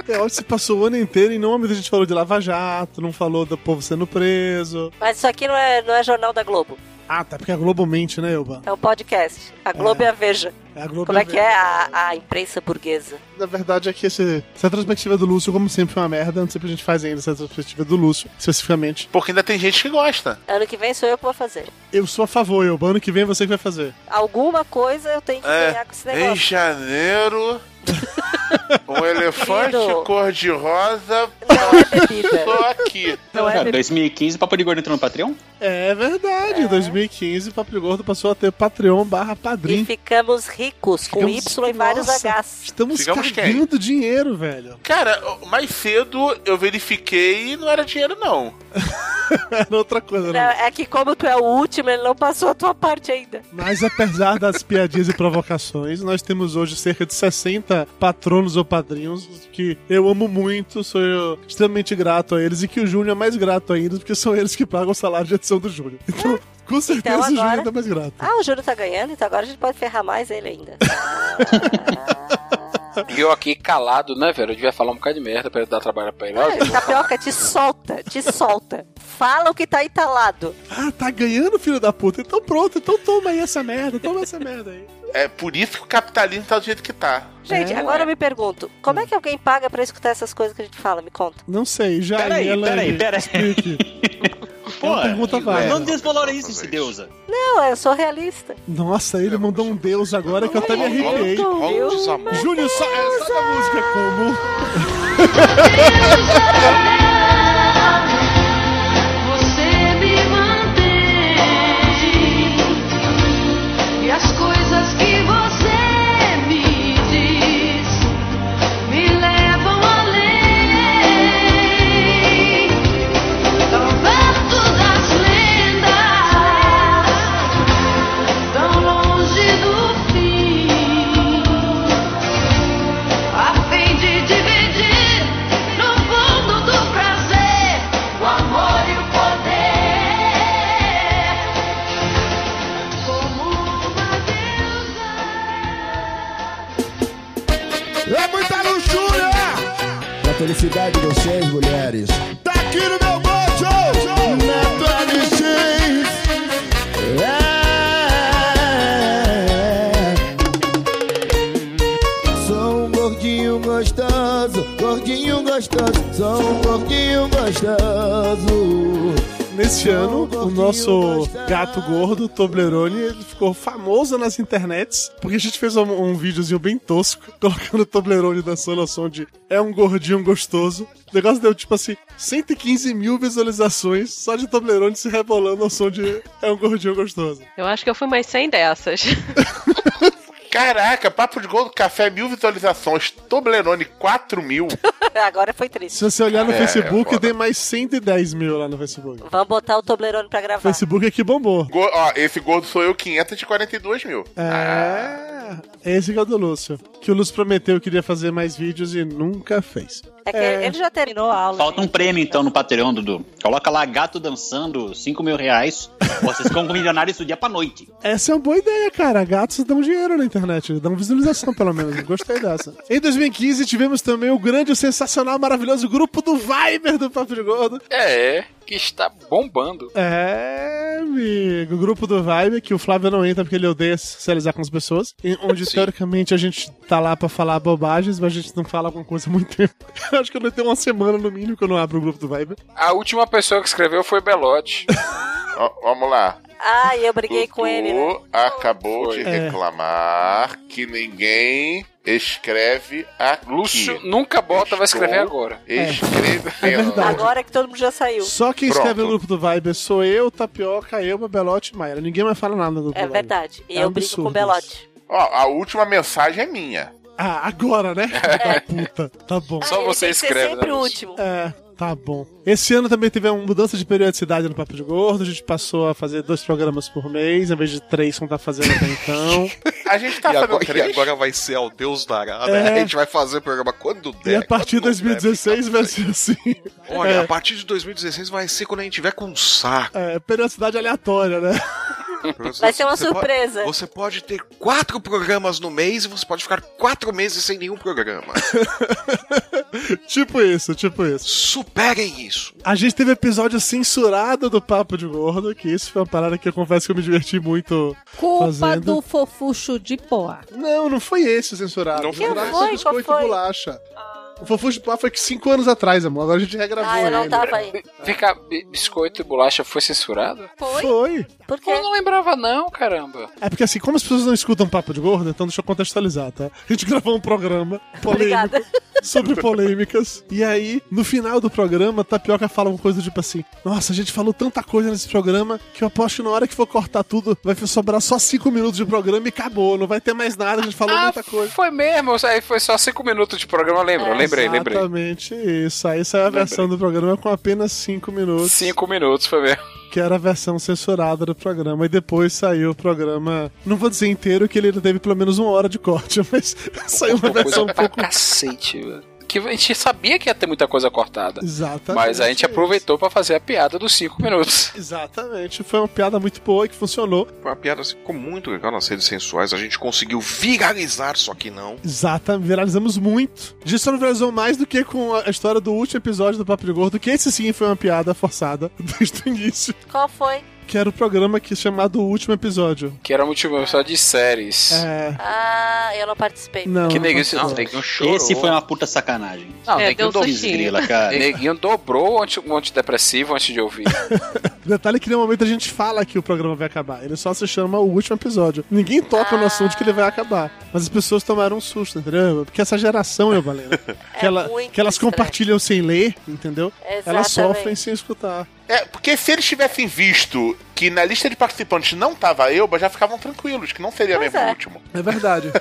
É onde se passou o ano inteiro em nome da gente falou de Lava Jato, não falou do povo sendo preso. Mas isso aqui não é, não é jornal da Globo. Ah, tá porque é globalmente, né, Elba? É um podcast. A Globo é, a Veja. a Globo Como é é a que é a, a imprensa burguesa? Na verdade é que esse- essa retrospectiva do Lúcio, como sempre, foi uma merda. Não sei porque a gente faz ainda essa retrospectiva do Lúcio, especificamente. Porque ainda tem gente que gosta. Ano que vem sou eu que vou fazer. Eu sou a favor, Elba. Ano que vem é você que vai fazer. Alguma coisa eu tenho que ganhar com esse em é negócio. janeiro, um elefante Querido. cor-de-rosa só aqui. Cara, 2015, Papo de Gordo entrou no Patreon? É verdade. Em 2015, Papo Gordo passou a ter Patreon barra E Padrim. ficamos ricos, com Ficamos- Y e vários Nossa, Hs. Estamos Ficamos quem? cagando dinheiro, velho. Cara, mais cedo eu verifiquei e não era dinheiro, não. Era outra coisa, Não, né? é que como tu é o último, ele não passou a tua parte ainda. Mas apesar das piadinhas e provocações, nós temos hoje cerca de 60 patronos ou padrinhos que eu amo muito, sou extremamente grato a eles e que o Júnior é mais grato ainda, porque são eles que pagam o salário de edição do Júnior. Então, com certeza o Júnior agora- ainda é mais grato. Ah, o Júlio tá ganhando, então agora a gente pode ferrar mais ele ainda. E eu aqui calado, né, velho? Eu devia falar um bocado de merda pra ele dar trabalho pra ele. É, Olha, eu vou falar. É, Tapioca, te solta, te solta. Fala o que tá entalado. Ah, tá ganhando, filho da puta. Então pronto, então toma aí essa merda, toma essa merda aí. É por isso que o capitalismo tá do jeito que tá. Gente, É. agora eu me pergunto, como é que alguém paga pra escutar essas coisas que a gente fala? Me conta. Não sei, já Peraí, ela peraí, peraí. Pô, pergunta vai. não desvalorize esse deusa. Não, é, eu sou realista. Nossa, ele mandou um deus agora É que eu até me arrepiei. Júnior, só essa da música como. Você me mantém e as coisas que você me diz me levam além tão perto das lendas, tão longe do fim, a fim de dividir no fundo do prazer. O amor e o poder, como uma É muita luxúria! Pra felicidade de vocês, mulheres. Tá aqui no meu bolso! Natal X. É. Sou um gordinho gostoso, gordinho gostoso, sou um gordinho gostoso. Nesse ano, o nosso gato gordo, Toblerone, ele ficou famoso nas internets, porque a gente fez um, um videozinho bem tosco, colocando o Toblerone dançando ao som de É um gordinho gostoso. O negócio deu, tipo assim, 115 mil visualizações só de Toblerone se rebolando ao som de É um gordinho gostoso. Eu acho que eu fui mais 100 dessas. Caraca, papo de gol do café, mil visualizações. Toblerone, 4 mil. Agora foi triste. Se você olhar no É, Facebook, foda. tem mais 110 mil lá no Facebook. Vamos botar o Toblerone pra gravar. Facebook é que bombou. Go- ó, esse gordo sou eu, 542 mil. Ah. É. Esse que é o do Lúcio. Que o Lúcio prometeu que iria fazer mais vídeos e nunca fez. É que ele já terminou a aula. Falta um prêmio, então, no Patreon, Dudu. Coloca lá gato dançando, 5 mil reais. Vocês ficam milionários do dia pra noite. Essa é uma boa ideia, cara. Gatos dão dinheiro na internet, dão visualização, pelo menos. Gostei dessa. Em 2015, tivemos também o grande, o sensacional, maravilhoso grupo do Viber do Papo tá de Gordo. É, que está bombando. É, amigo. O grupo do Vibe, que o Flávio não entra porque ele odeia se socializar com as pessoas. e Onde, teoricamente, a gente tá lá pra falar bobagens, mas a gente não fala alguma coisa há muito tempo. Acho que eu não tenho uma semana, no mínimo, que eu não abro o grupo do Vibe. A última pessoa que escreveu foi Belote. vamos lá. Ah, eu briguei com ele, né? Tu acabou de É. reclamar É. que ninguém escreve aqui. É, Lúcio nunca bota, vai escrever agora. É, Escreve. Agora é que todo mundo já saiu. Só quem escreve no grupo do Viber sou eu, Tapioca, Elba, Belote e Mayra. Ninguém mais fala nada no grupo É do Viber. verdade. E É eu um brigo com absurdo o Belote. Ó, a última mensagem é minha. Ah, agora, né? Tá puta. Tá bom. É. Ah, Só você escreve, sempre né, o Lúcio? último. É, tá bom. Esse ano também teve uma mudança de periodicidade no Papo de Gordo. A gente passou a fazer dois programas por mês, em vez de três, como tá fazendo até então. A gente tá e fazendo agora, e três? agora vai ser ao Deus dará, né? É. A gente vai fazer o programa quando der. e a partir de 2016 vai ser assim. Olha, É. a partir de 2016 vai ser quando a gente tiver com um saco. É, periodicidade aleatória, né? Vai ser uma Você pode- surpresa. você pode ter quatro programas no mês e você pode ficar quatro meses sem nenhum programa. tipo isso, tipo isso. Superem isso. A gente teve episódio censurado do Papo de Gordo, que isso foi uma parada que eu confesso que eu me diverti muito Culpa fazendo. do fofucho de poá. Não, não foi esse o censurado. Não foi. Censurado Quem foi? biscoito Qual e foi? Ah. bolacha. O Fofuxo de Pá foi que cinco anos atrás, amor. Agora a gente regravou Ah, eu não ele. tava aí. Fica, bi- biscoito e bolacha foi censurado? Foi? Foi. Por quê? Eu não lembrava não, caramba. É porque assim, como as pessoas não escutam papo de gordo, então deixa eu contextualizar, tá? A gente gravou um programa polêmico Obrigada. sobre polêmicas. E aí, no final do programa, Tapioca fala uma coisa tipo assim: Nossa, a gente falou tanta coisa nesse programa que eu aposto que na hora que for cortar tudo, vai sobrar só cinco minutos de programa e acabou. Não vai ter mais nada, a gente falou Ah, muita coisa. foi mesmo, aí foi só cinco minutos de programa, eu lembro, eu lembrei, lembrei. Exatamente isso. Aí saiu a Lembrei. versão do programa com apenas cinco minutos. Cinco minutos foi mesmo. que era a versão censurada do programa, e depois saiu o programa, não vou dizer inteiro, que ele ainda teve pelo menos uma hora de corte, mas saiu uma Uma coisa versão um pra pouco... cacete, velho. Que a gente sabia que ia ter muita coisa cortada. Exatamente. Mas a gente aproveitou pra fazer a piada dos cinco minutos. Exatamente, foi uma piada muito boa e que funcionou. Foi uma piada assim, ficou muito legal nas redes sensuais. A gente conseguiu viralizar, só que não. Exatamente, viralizamos muito. Disso só não viralizou mais do que com a história do último episódio do Papo de Gordo, que esse sim foi uma piada forçada desde o início. Qual foi? Que era o programa que é chamado O Último Episódio. Que era um último só de séries. É. Ah, eu não participei. Não, que não neguinho, não, neguinho chorou. Esse foi uma puta sacanagem. Não, É, neguinho, deu do... sustinho. Desgrila, cara. neguinho dobrou o anti- o antidepressivo antes de ouvir. Detalhe que no momento a gente fala que o programa vai acabar. Ele só se chama o último episódio. Ninguém toca no assunto que ele vai acabar. Mas as pessoas tomaram um susto, entendeu? Porque essa geração, eu balena, que, ela- muito que elas estranho. compartilham sem ler, entendeu? Elas Exatamente. sofrem sem escutar. É, porque se eles tivessem visto que na lista de participantes não tava a Elba, já ficavam tranquilos, que não seria mesmo o último. É verdade.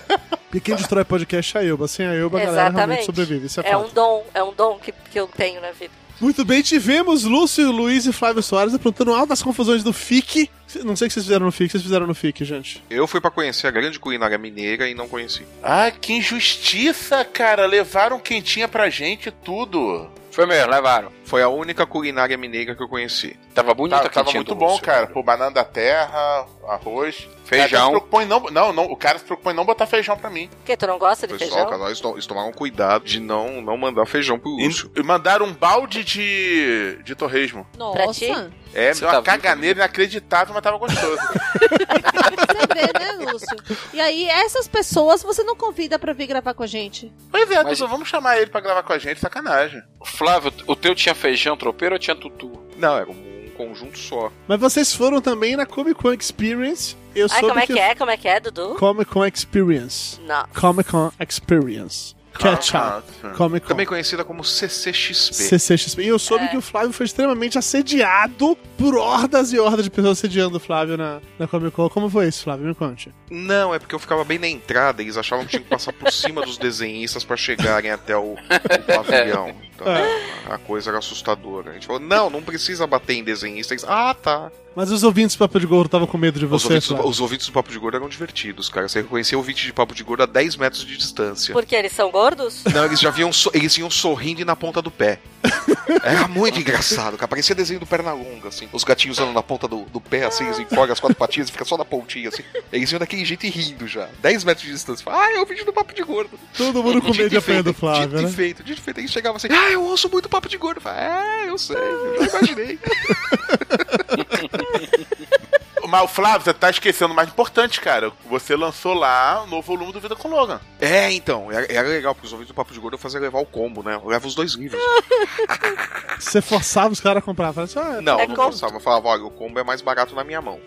Porque quem destrói podcast é a Elba. Sem a Elba, a galera realmente Exatamente. sobrevive. Isso é, É fato. um dom, é um dom que, que eu tenho na vida. Muito bem, tivemos Lúcio, Luiz e Flávio Soares aprontando altas confusões do FIC. Não sei o que vocês fizeram no FIC, vocês fizeram no FIC, gente. Eu fui pra conhecer a grande culinária mineira e não conheci. Ah, que injustiça, cara. Levaram quentinha pra gente tudo. Foi mesmo, levaram. Foi a única culinária mineira que eu conheci. Tava bonita Tá, Tava, tava muito bom, cara. Pô, banana da terra, arroz. né? Feijão. Cara, se preocupou em não, não, não, o cara se preocupou em não botar feijão pra mim. Porque tu não gosta de Pessoal, feijão? cara, eles, to- eles tomaram cuidado de não, não mandar feijão pro Lúcio. E mandaram um balde de, de torresmo. Nossa. Pra ti? É, Você uma tá vivo, caganeira inacreditável, mas tava gostoso. Você vê, né, Lúcio? E aí, essas pessoas você não convida pra vir gravar com a gente. Pois é, Mas- Dudu, vamos chamar ele pra gravar com a gente, sacanagem. Flávio, o teu tinha feijão tropeiro ou tinha tutu? Não, era um, um conjunto só. Mas vocês foram também na Comic Con Experience. Eu Ai, soube como é que... é? Como é que é, Dudu? Comic Con Experience. Não. Comic Con Experience. Catch Ah, Ah, tá. up. Comic Con. Também conhecida como CCXP. CCXP. E eu É. soube que o Flávio foi extremamente assediado por hordas e hordas de pessoas assediando o Flávio na, na Comic Con. Como foi isso, Flávio? Me conte. Não, é porque eu ficava bem na entrada e eles achavam que tinha que passar por cima dos desenhistas pra chegarem até o, o pavilhão. Então, É, a coisa era assustadora. A gente falou, não, não precisa bater em desenhista. Eles, ah, tá. Mas os ouvintes do Papo de Gordo estavam com medo de Os você, ouvintes, do, Flávio. os ouvintes do Papo de Gordo eram divertidos, cara. Você reconhecia o ouvinte de Papo de Gordo a 10 metros de distância. Porque eles são gordos? Não, eles já vinham, so- eles iam sorrindo e na ponta do pé. Era muito engraçado, cara. Parecia desenho do Pernalonga, assim. Os gatinhos andam na ponta do, do pé, assim, eles encolhem as quatro patinhas e fica só na pontinha, assim. Eles iam daquele jeito e rindo já. 10 metros de distância. Fala, Ah, é o vídeo do Papo de Gordo. Todo mundo com Dito medo de e apanhar do feito, Flávio, dito e né? feito, dito e feito. Aí chegava assim, ah, eu ouço muito Papo de Gordo. Fala, é, eu sei, eu já imaginei. Mas o Flávio, você tá esquecendo o mais importante, cara. Você lançou lá o novo volume do Vida com Logan. É, então, era, era legal, porque os ouvintes do Papo de Gordo eu fazia levar o combo, né? Eu levo os dois livros. Você forçava os caras a comprar. Falava assim, ah, É Não, eu não forçava. Eu falava, olha, o combo é mais barato na minha mão.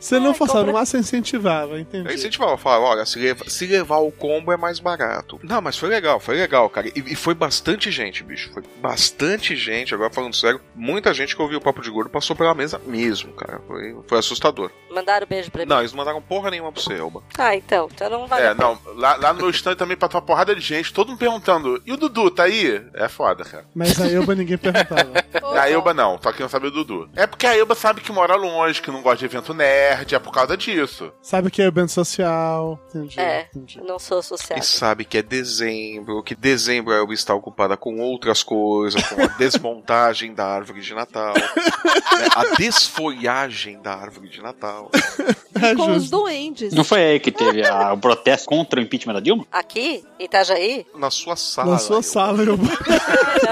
Você Ah, é não forçava, no máximo você incentivava, Eu entendi. incentivava, eu falava, olha, se, leva- se levar o combo é mais barato. Não, mas foi legal, foi legal, cara. E, e foi bastante gente, bicho. Foi bastante gente, agora falando sério, muita gente que ouviu o Papo de Gordo passou pela mesa mesmo, cara. Foi, foi assustador. Mandaram beijo pra mim. Não, eles não mandaram porra nenhuma pro você, Elba. Ah, então. Então não vale. É, não, lá, lá no meu stand também pra tua porrada de gente, todo mundo perguntando, e o Dudu, tá aí? É foda, cara. Mas a Elba ninguém perguntava. A Elba não, só quem não sabe é o Dudu. É porque a Elba sabe que mora longe, que não gosta de evento nerd, é por causa disso. Sabe o que é evento social? Entendi. É, não sou social. E sabe que é dezembro, que dezembro a Elba está ocupada com outras coisas, com a desmontagem da árvore de Natal, né, a desfolhagem da árvore de Natal. É E com os duendes. Não foi aí que teve a- o protesto contra o impeachment da Dilma? Aqui, em Itajaí? Na sua sala. Na sua sala, Elba.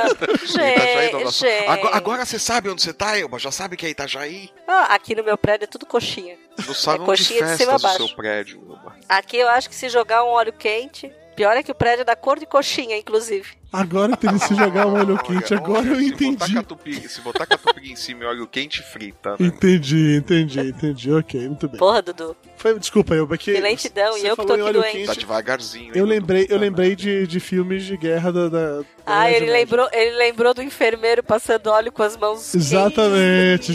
Itajaí, não, na sua- gente. Agora, agora você sabe onde você tá, Elba? Já sabe que é Itajaí? Ah, aqui no meu prédio é tudo coxinha. É No salão de coxinha de festas cima a do baixo. seu prédio, Elba. Aqui eu acho que se jogar um óleo quente, pior é que o prédio é da cor de coxinha, inclusive. Agora tem que se jogar um olho quente. Agora eu Botar entendi. catupiry, se botar catupiry em cima e óleo quente frita, né? Entendi, entendi, entendi. Ok, muito bem. Porra, Dudu. Foi, desculpa, Elba, é que... Que lentidão, e eu que tô falou em aqui óleo doente. Tá devagarzinho. Eu lembrei, eu lembrei de, de filmes de guerra da... da- É Ah, ele lembrou, ele lembrou do enfermeiro passando óleo com as mãos. Exatamente,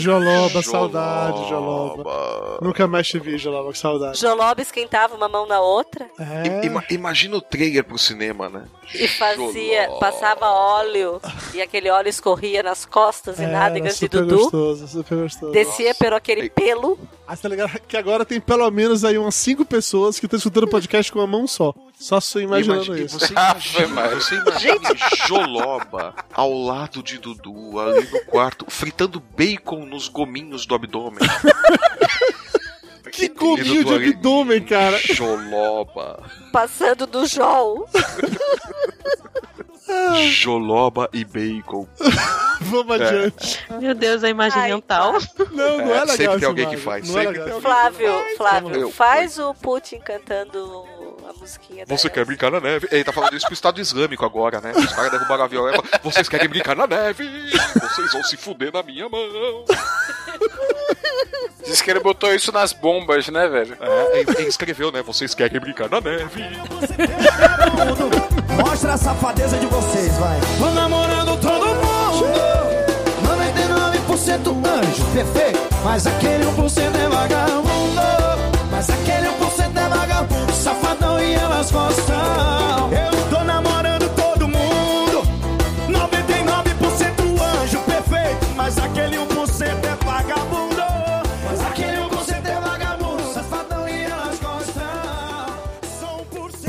Joloba. Joloba, saudade, Joloba. Nunca mais te vi, Joloba, que saudade. Joloba esquentava uma mão na outra É. Ima- imagina o trailer pro cinema, né? e fazia, passava óleo e aquele óleo escorria nas costas e É, era nádegas de super Dudu. gostoso, super gostoso. Descia pelo aquele pelo. Ah, você tá ligado que agora tem pelo menos aí umas cinco pessoas que estão escutando o podcast com uma mão só. Só se imaginando Imagina- isso. Ah, Você imagina, você imagina Joloba ao lado de Dudu, ali no quarto, fritando bacon nos gominhos do abdômen. que gominho de abdômen, cara. Joloba. Passando do Jol. Joloba e bacon. Vamos É. adiante. Meu Deus, é a imagem mental. tá. Não, não é É, legal sempre tem esse alguém que imagem. faz, Não é sempre legal. tem Flávio, Flávio, Eu- faz o Putin cantando a musiquinha da Você quer brincar na neve? Ele tá falando isso pro Estado Islâmico agora, né? Os caras derrubaram a viola e falam, vocês querem brincar na neve? Vocês vão se fuder na minha mão. Diz que ele botou isso nas bombas, né, velho? É, ele- ele escreveu, né? Vocês querem brincar na neve. Mostra a safadeza de vocês, vai. Tô namorando todo mundo. 99% anjo, perfeito. Mas aquele 1% é vagabundo. Mas aquele 1% é vagabundo. Safadão e elas gostam. Eu tô namorando todo mundo. 99% anjo, perfeito. Mas aquele 1% é vagabundo. Mas aquele 1% é vagabundo. Safadão e elas gostam. Só 1%.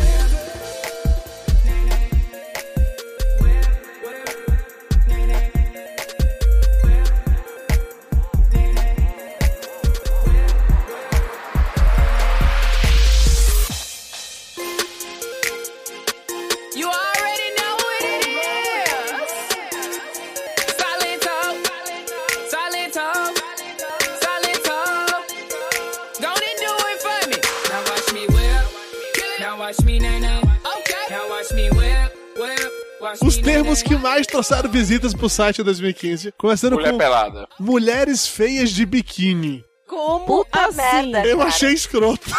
You already know what it is. Silent talk, silent talk, silent talk. Don't it do it for me? Now watch me whip. Now watch me nay nay. Okay. Now watch me whip, whip. Watch Os me nay nay. termos que mais trouxeram visitas pro site em 2015. Começando Mulher com pelada. Mulheres feias de biquíni. Como assim? merda, Eu cara. achei escroto.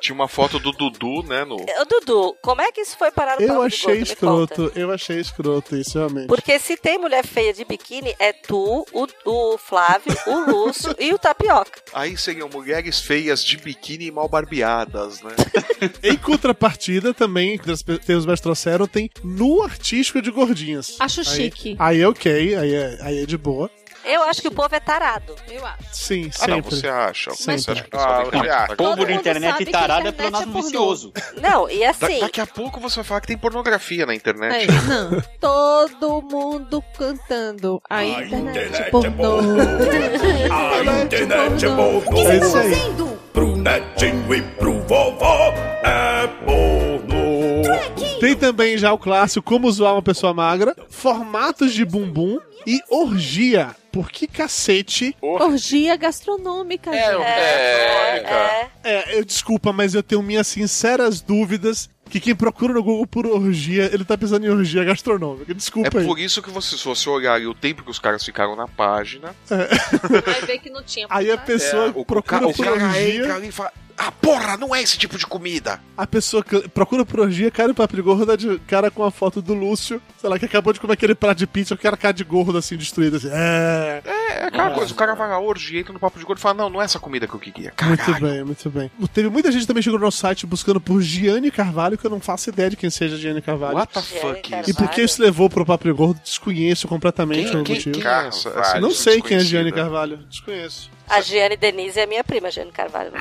Tinha uma foto do Dudu, né? No... Ô, Dudu, como é que isso foi parar no Eu pau do achei gordo? Me né, conta. escroto. Eu achei escroto isso, realmente. Porque se tem mulher feia de biquíni, é tu, o, o Flávio, o Lúcio e o Tapioca. Aí seriam mulheres feias de biquíni e mal barbeadas, né? Em contrapartida, também, que os termos mais trouxeram, tem nu artístico de gordinhas. Acho Aí- chique. Aí é ok, aí é, aí é de boa. Eu acho que o povo é tarado. Eu acho. Sim, Ah, não, sempre. você acha. Sempre. Você acha que o pessoal Ah, vem você cá? acha. Todo Povo de mundo internet sabe que tarado é internet pronado é pornô. vicioso. Não, e assim- daqui a pouco você vai falar que tem pornografia na Aí, É. internet. É, É não. Todo mundo cantando. A é internet pornô. A internet é pornô. O que vocês Isso estão aí. fazendo? Pro netinho e pro vovó é porno. Tem também já o clássico Como Zoar uma Pessoa Magra, Formatos de Bumbum e Orgia. Por que cacete? Orgia gastronômica, gente. É, eu desculpa, mas eu tenho minhas sinceras dúvidas que quem procura no Google por orgia, ele tá pensando em orgia gastronômica. É Desculpa aí. por isso que você, se você olhar aí o tempo que os caras ficaram na página, É, Vai ver que não tinha. É. Aí a pessoa o, procura ca- o por cara orgia. entra ali e fala: Ah, porra, não é esse tipo de comida! A pessoa que procura por orgia, cara em papo de gordo, dá de cara com a foto do Lúcio, sei lá, que acabou de comer aquele prato de pizza, o cara cara de gordo assim, destruído assim. É. É aquela coisa, o cara vai na orgia, entra no papo de gordo e fala: Não, não é essa comida que eu queria. Muito bem, muito bem. Teve muita gente que também chegou no nosso site buscando por Gianni Carvalho, que eu não faço ideia de quem seja Gianni Carvalho. What the fuck E por que isso levou pro Papo Gordo? Desconheço completamente Quem- o quem- motivo. quem é essa- essa não sei quem é desconhecida? Gianni Carvalho. Desconheço. A Giane Denise é minha prima, Giane Carvalho.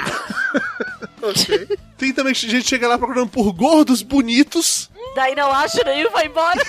Tem também gente que chega lá procurando por gordos bonitos. Daí não acha nenhum, vai embora.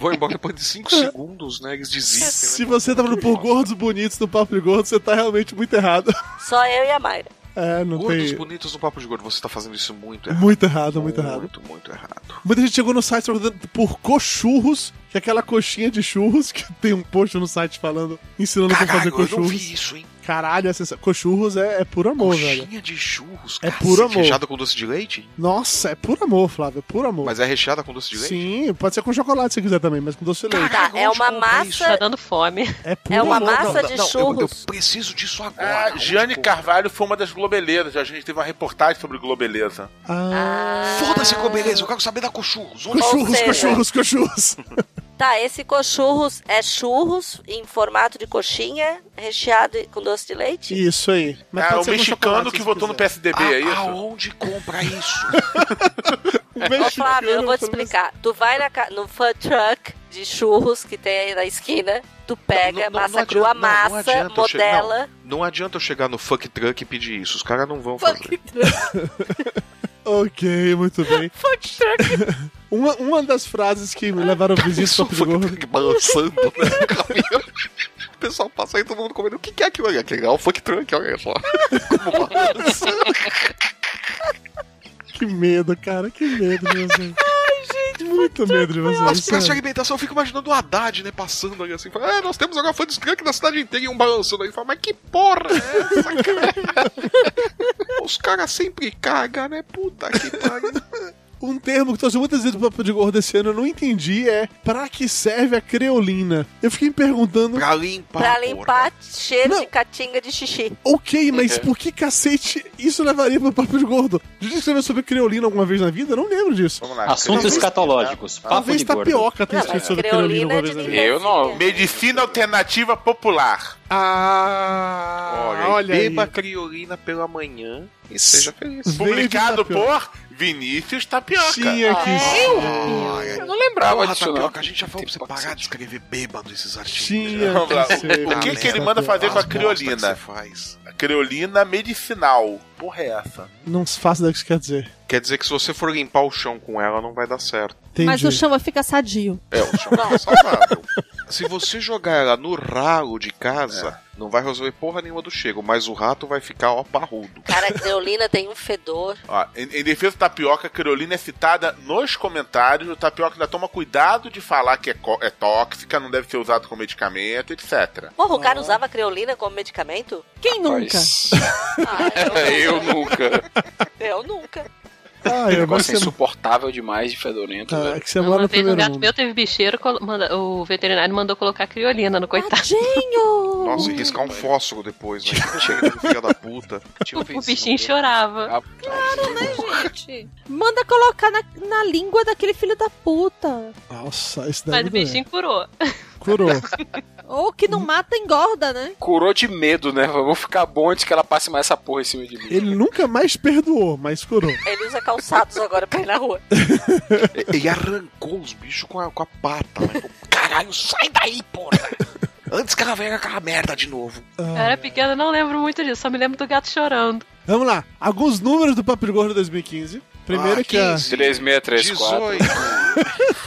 Vou embora depois de É. 5 segundos, né? Eles desistem. Se você tá procurando por gordos bonitos no Papo Gordo, você tá realmente muito errado. Só eu e a Mayra. É, não Gordos tem. bonitos no papo de gordo, você tá fazendo isso muito errado. Muito errado, muito errado. Muito, muito errado. Muita gente chegou no site perguntando por cochurros, que é aquela coxinha de churros, que tem um post no site falando, ensinando como fazer Caralho, eu não cochurros. vi isso, hein? Caralho, é sensa- cochurros é, é puro amor, velho. Coxinha de churros, É cacete, puro amor. Recheada com doce de leite? Nossa, é puro amor, Flávio, é puro amor. Mas é recheada com doce de leite? Sim, pode ser com chocolate se quiser também, mas com doce de leite. Tá, é uma massa. Tá dando fome. É, puro é uma amor. massa de Não, não, eu- churros. Eu preciso disso agora. Ah, Gianni Carvalho foi uma das globeleiras. A gente teve uma reportagem sobre globeleza. Ah. Foda-se com beleza, eu quero saber da cochurros. Ou Cochurros, seja- cochurros, cochurros. Tá, esse cochurros é churros em formato de coxinha, recheado com doce de leite? Isso aí. É, Mas ah, pode o ser com chocolate, mexicano que se votou no PSDB, é isso? Aonde compra isso? Ô, Flávio, eu vou te explicar. Tu vai na ca- no food truck de churros que tem aí na esquina, tu pega massa crua, massa, eu che- modela. não, não adianta eu chegar no funk truck e pedir isso. Os caras não vão fazer. Ok, muito bem. uma, uma das frases que me levaram a visita ao Papo de Gordo. Balançando, né? no caminho. O pessoal passa aí, todo mundo comendo. O que que é aquilo ali? Aquele é o funk truck, olha só. Como balança. Que medo, cara, que medo, meu Deus. Ai, gente, muito medo de As vocês. praças de sério. alimentação, eu fico imaginando o Haddad, né, passando ali assim, falando, é, nós temos agora fã de skunk da cidade inteira e um balançando aí, fala, mas que porra é essa, cara? Os caras sempre cagam, né, puta que pariu. Um termo que trouxe muitas vezes do Papo de Gordo esse ano, eu não entendi, é pra que serve a creolina? Eu fiquei me perguntando... Pra limpar, Pra limpar cheiro de catinga de xixi. Ok, É. mas por que cacete isso levaria pro Papo de Gordo? A gente escreveu sobre creolina alguma vez na vida? Eu não lembro disso. Assuntos Talvez- escatológicos. Papo É. Talvez tá de gordo. tapioca tenha escrito sobre creolina é alguma vez na vida. Eu não. Medicina alternativa popular. Ah, olha, olha beba aí. criolina pela manhã e seja feliz. Publicado por Vinícius Tapioca. Ah, Tinha que ser. Olha. Eu não lembrava Porra, disso, não. Tapioca, a gente já falou pra você parar de escrever bêbado esses artigos. Tinha Vamos lá. que ser, né? O que, Vinícius que ele manda Tapioca. fazer com né? As a bosta que você criolina? A criolina medicinal. Porra, é essa? Não se faça do que isso quer dizer. Quer dizer que se você for limpar o chão com ela, não vai dar certo. Mas o chama fica sadio. É, o chão é saudável. Se você jogar ela no ralo de casa, É. não vai resolver porra nenhuma do chego, mas o rato vai ficar, ó, parrudo. Cara, a creolina tem um fedor. Ó, em, em defesa do tapioca, a Carolina é citada nos comentários. O tapioca ainda toma cuidado de falar que é, co- é tóxica, não deve ser usado como medicamento, etc. Porra, o cara usava creolina como medicamento? Quem nunca? eu nunca. Eu nunca. Ah, O eu negócio gosto é insuportável demais de fedorento. Ah, velho. que você mora no Fez um primeiro gato mundo. meu teve bicheiro, colo- manda- o veterinário mandou colocar criolina no coitado. Nossa, e riscar um fósforo depois, né? Chega de filha da puta. Tinha O bichinho chorava. Ah, Claro, né, gente? Manda colocar na, na língua daquele filho da puta. Nossa, isso daí Mas é me o doeu. bichinho curou. Curou. Ou que não mata, engorda, né? Curou de medo, né? Vou ficar bom antes que ela passe mais essa porra em cima de mim. Ele nunca mais perdoou, mas curou. Ele usa calçados agora pra ir na rua. Ele arrancou os bichos com a, com a pata, né? Falou, Caralho, sai daí, porra! Antes que ela venha com aquela merda de novo. Eu era pequena, não lembro muito disso, só me lembro do gato chorando. Vamos lá. Ah, Alguns números do Papo de Gordo 2015. Primeiro Ah, que a... 3634.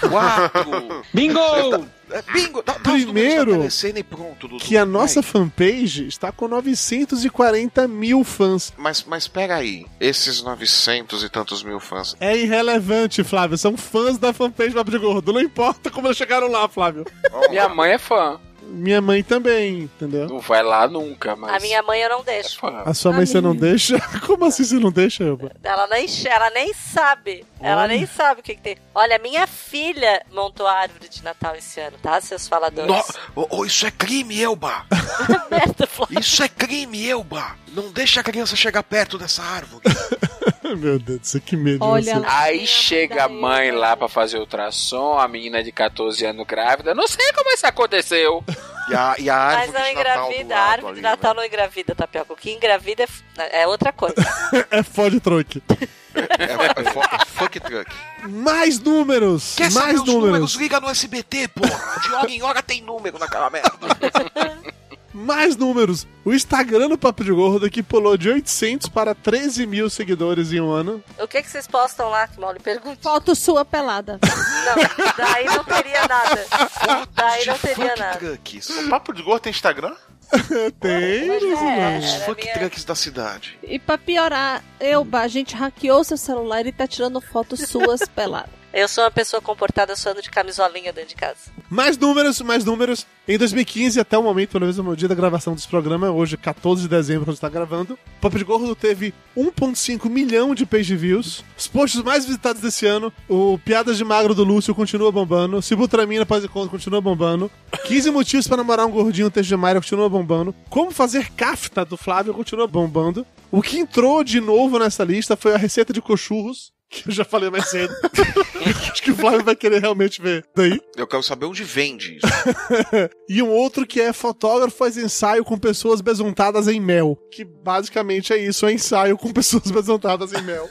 4. Bingo! tá- é, Bingo! Dá, dá os números Primeiro, da telecena e pronto, Dudu. que a nossa fanpage está com 940 mil fãs. Mas, mas pega aí, esses 900 e tantos mil fãs. É irrelevante, Flávio. São fãs da fanpage do Papo de Gordo. Não importa como eles chegaram lá, Flávio. Minha mãe é fã. Minha mãe também, entendeu? Não vai lá nunca, mas. A minha mãe eu não é deixo. A sua mãe você não deixa? Como assim você não deixa, Elba? Ela nem, ela nem sabe. Ela Olha. nem sabe o que, que tem. Olha, minha filha montou a árvore de Natal esse ano, tá? Seus faladores. No, oh, oh, isso é crime, Elba! isso é crime, Elba! Não deixa a criança chegar perto dessa árvore. Meu Deus do céu, que medo. de Olha, você. aí chega a mãe lá pra fazer ultrassom, a menina de 14 anos grávida. Não sei como isso aconteceu. E a, e a Mas não engravida, a árvore de Natal não engravida, Tapioca. O que engravida é f- é outra coisa. É fode truque. É, é, fo- é fuck truck. Mais números! Quer saber mais os números? números! Liga no SBT, porra! De hora em hora tem número naquela merda. Mais números! O Instagram do Papo de Gordo que pulou de 800 para 13 mil seguidores em um ano. O que, que vocês postam lá, que mal lhe pergunto? Foto sua pelada. Não, daí não teria nada. Daí não Tipo, teria nada. O Papo de Gordo tem Instagram? tem. Os funk trucks da cidade. E pra piorar, Elba, a gente hackeou seu celular e tá tirando fotos suas peladas. Eu sou uma pessoa comportada, eu só ando de camisolinha dentro de casa. Mais números, mais números. Em 2015, até o momento, pelo menos no dia da gravação desse programa, hoje, 14 de dezembro, quando está gravando, o Papo de Gordo teve 1,5 milhão de page views. Os posts mais visitados desse ano, o Piadas de Magro do Lúcio continua bombando, Sibutramina Paz e Conta continua bombando, 15 motivos para namorar um gordinho, texto de Mário continua bombando, Como Fazer Cafta do Flávio continua bombando. O que entrou de novo nessa lista foi a receita de cochurros, que eu já falei mais cedo. Acho que o Flávio vai querer realmente ver daí. Eu quero saber onde vende isso. e um outro que é fotógrafo faz ensaio com pessoas besuntadas em mel. Que basicamente é isso, é ensaio com pessoas besuntadas em mel.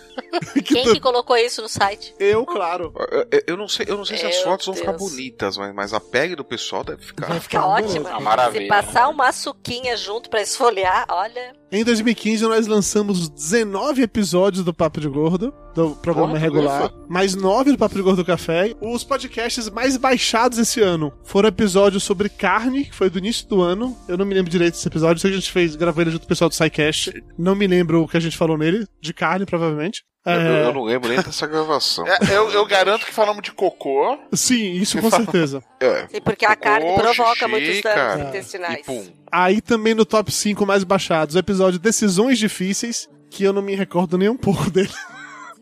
Quem que colocou isso no site? Eu, claro. Eu- Eu, eu não sei, eu não sei se as Meu fotos vão ficar Deus. bonitas, mas, mas a pele do pessoal deve ficar. Vai ficar ótima. Uma Tá maravilha. né? Se passar uma suquinha junto pra esfoliar, olha. Em 2015, nós lançamos 19 episódios do Papo de Gordo, do programa Porra, regular, ufa. mais 9 do Papo de Gordo Café. Os podcasts mais baixados esse ano foram episódios sobre carne, que foi do início do ano. Eu não me lembro direito desse episódio, sei que a gente fez, gravou ele junto com o pessoal do SciCast. Não me lembro o que a gente falou nele, de carne, provavelmente. Eu, É. eu não lembro nem dessa gravação. É, eu, eu garanto que falamos de cocô. Sim, isso com certeza. É. Sim, porque a carne Cocô, provoca xixi, muitos danos cara. intestinais. Aí também no top 5 mais baixados, o episódio Decisões Difíceis, que eu não me recordo nem um pouco dele.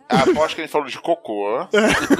É, Aposto que a gente falou de cocô. É.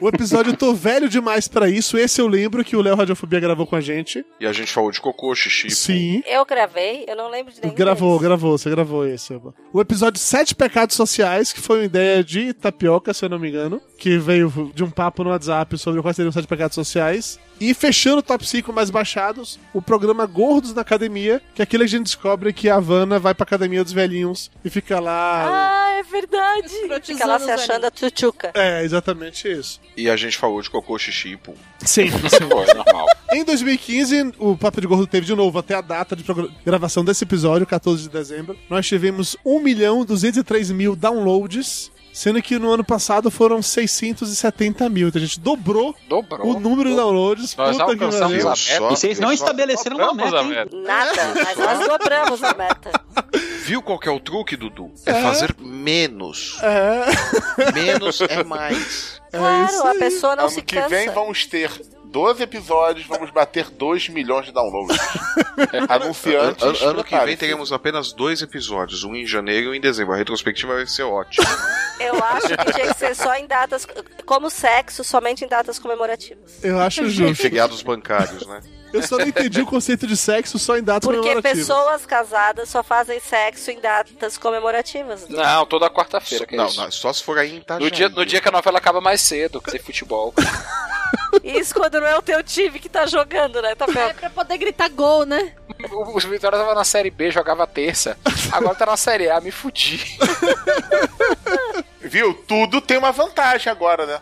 o episódio Tô Velho Demais pra Isso, esse eu lembro que o Léo Radiofobia gravou com a gente. E a gente falou de cocô, xixi. Sim. Eu gravei, eu não lembro de nenhum. Gravou, gravou, você gravou esse. O episódio Sete Pecados Sociais, que foi uma ideia de tapioca, se eu não me engano, que veio de um papo no WhatsApp sobre quais seriam os sete pecados sociais. E fechando o top 5 mais baixados, o programa Gordos na Academia, que é aquele que a gente descobre que a Havana vai pra academia dos velhinhos e fica lá. Ah, é verdade. Fica lá se achando a tchutchuca. É, exatamente isso. E a gente falou de cocô, xixi e pum. Sim, Pô, é normal. Em 2015, o Papo de Gordo teve de novo até a data de progra- gravação desse episódio, 14 de dezembro. Nós tivemos 1 milhão 203 mil downloads, sendo que no ano passado foram 670 mil. Então a gente dobrou, o número de downloads. Nós Puta que alcançamos pariu. a meta. E vocês não Eu só- estabeleceram uma meta, hein? Nada, mas nós dobramos a meta. Viu qual que é o truque, Dudu? É, É. fazer menos. É. Menos é mais. Claro, a pessoa não ano se que cansa. vem vamos ter 12 episódios, vamos bater 2 milhões de downloads. Anunciantes. Ano, ano que vem preparem-se. teremos apenas dois episódios, um em janeiro e um em dezembro. A retrospectiva vai ser ótima. Eu acho que tinha que ser só em datas. Como sexo, somente em datas comemorativas. Eu acho justo. E feriados bancários, né? Eu só não entendi o conceito de sexo só em datas Porque comemorativas. pessoas casadas só fazem sexo em datas comemorativas. Não, toda quarta-feira. que é Não, isso. não, só se for aí em Itajaí. No dia, no dia que a novela acaba mais cedo, que tem futebol. Isso quando não é o teu time que tá jogando, né? Tá É pra poder gritar gol, né? O- Os Vitória tava na série B, jogava terça. Agora tá na série A, me fudi. Viu? Tudo tem uma vantagem agora, né?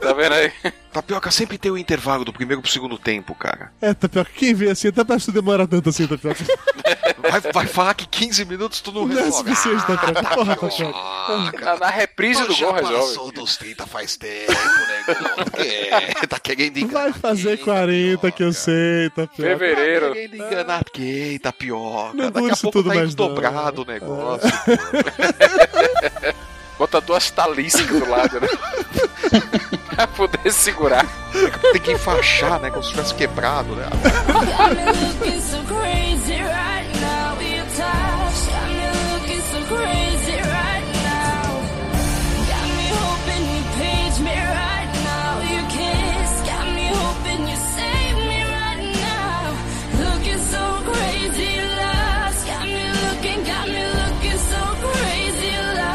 tá vendo aí? Tapioca sempre tem o intervalo do primeiro pro segundo tempo, cara. É, Tapioca, quem vê assim, até parece que demora tanto assim, Tapioca. Vai, vai falar que 15 minutos tu não Não é resolve. suficiente, Tapioca. Porra, Ah, Tapioca. cara. Na reprise Mas do já gol resolve. passou dos 30 faz tempo, né? Gordo? É, Que- tá querendo enganar. Vai fazer 40 que eu sei, Tapioca. Tá querendo né? enganar quem? Tapioca. Não né? É. Daqui a dure isso pouco tudo tá mais indo dobrado o negócio. Bota duas taliscas do lado, né? pra poder segurar. Tem que enfaixar, né? Como se tivesse quebrado, né? Got me looking so crazy right now. Your touch got me looking so crazy right now. Got me hoping you page me right now. Your kiss got me hoping you save me right now. Looking so crazy, love. Got me looking, got me looking so crazy, love.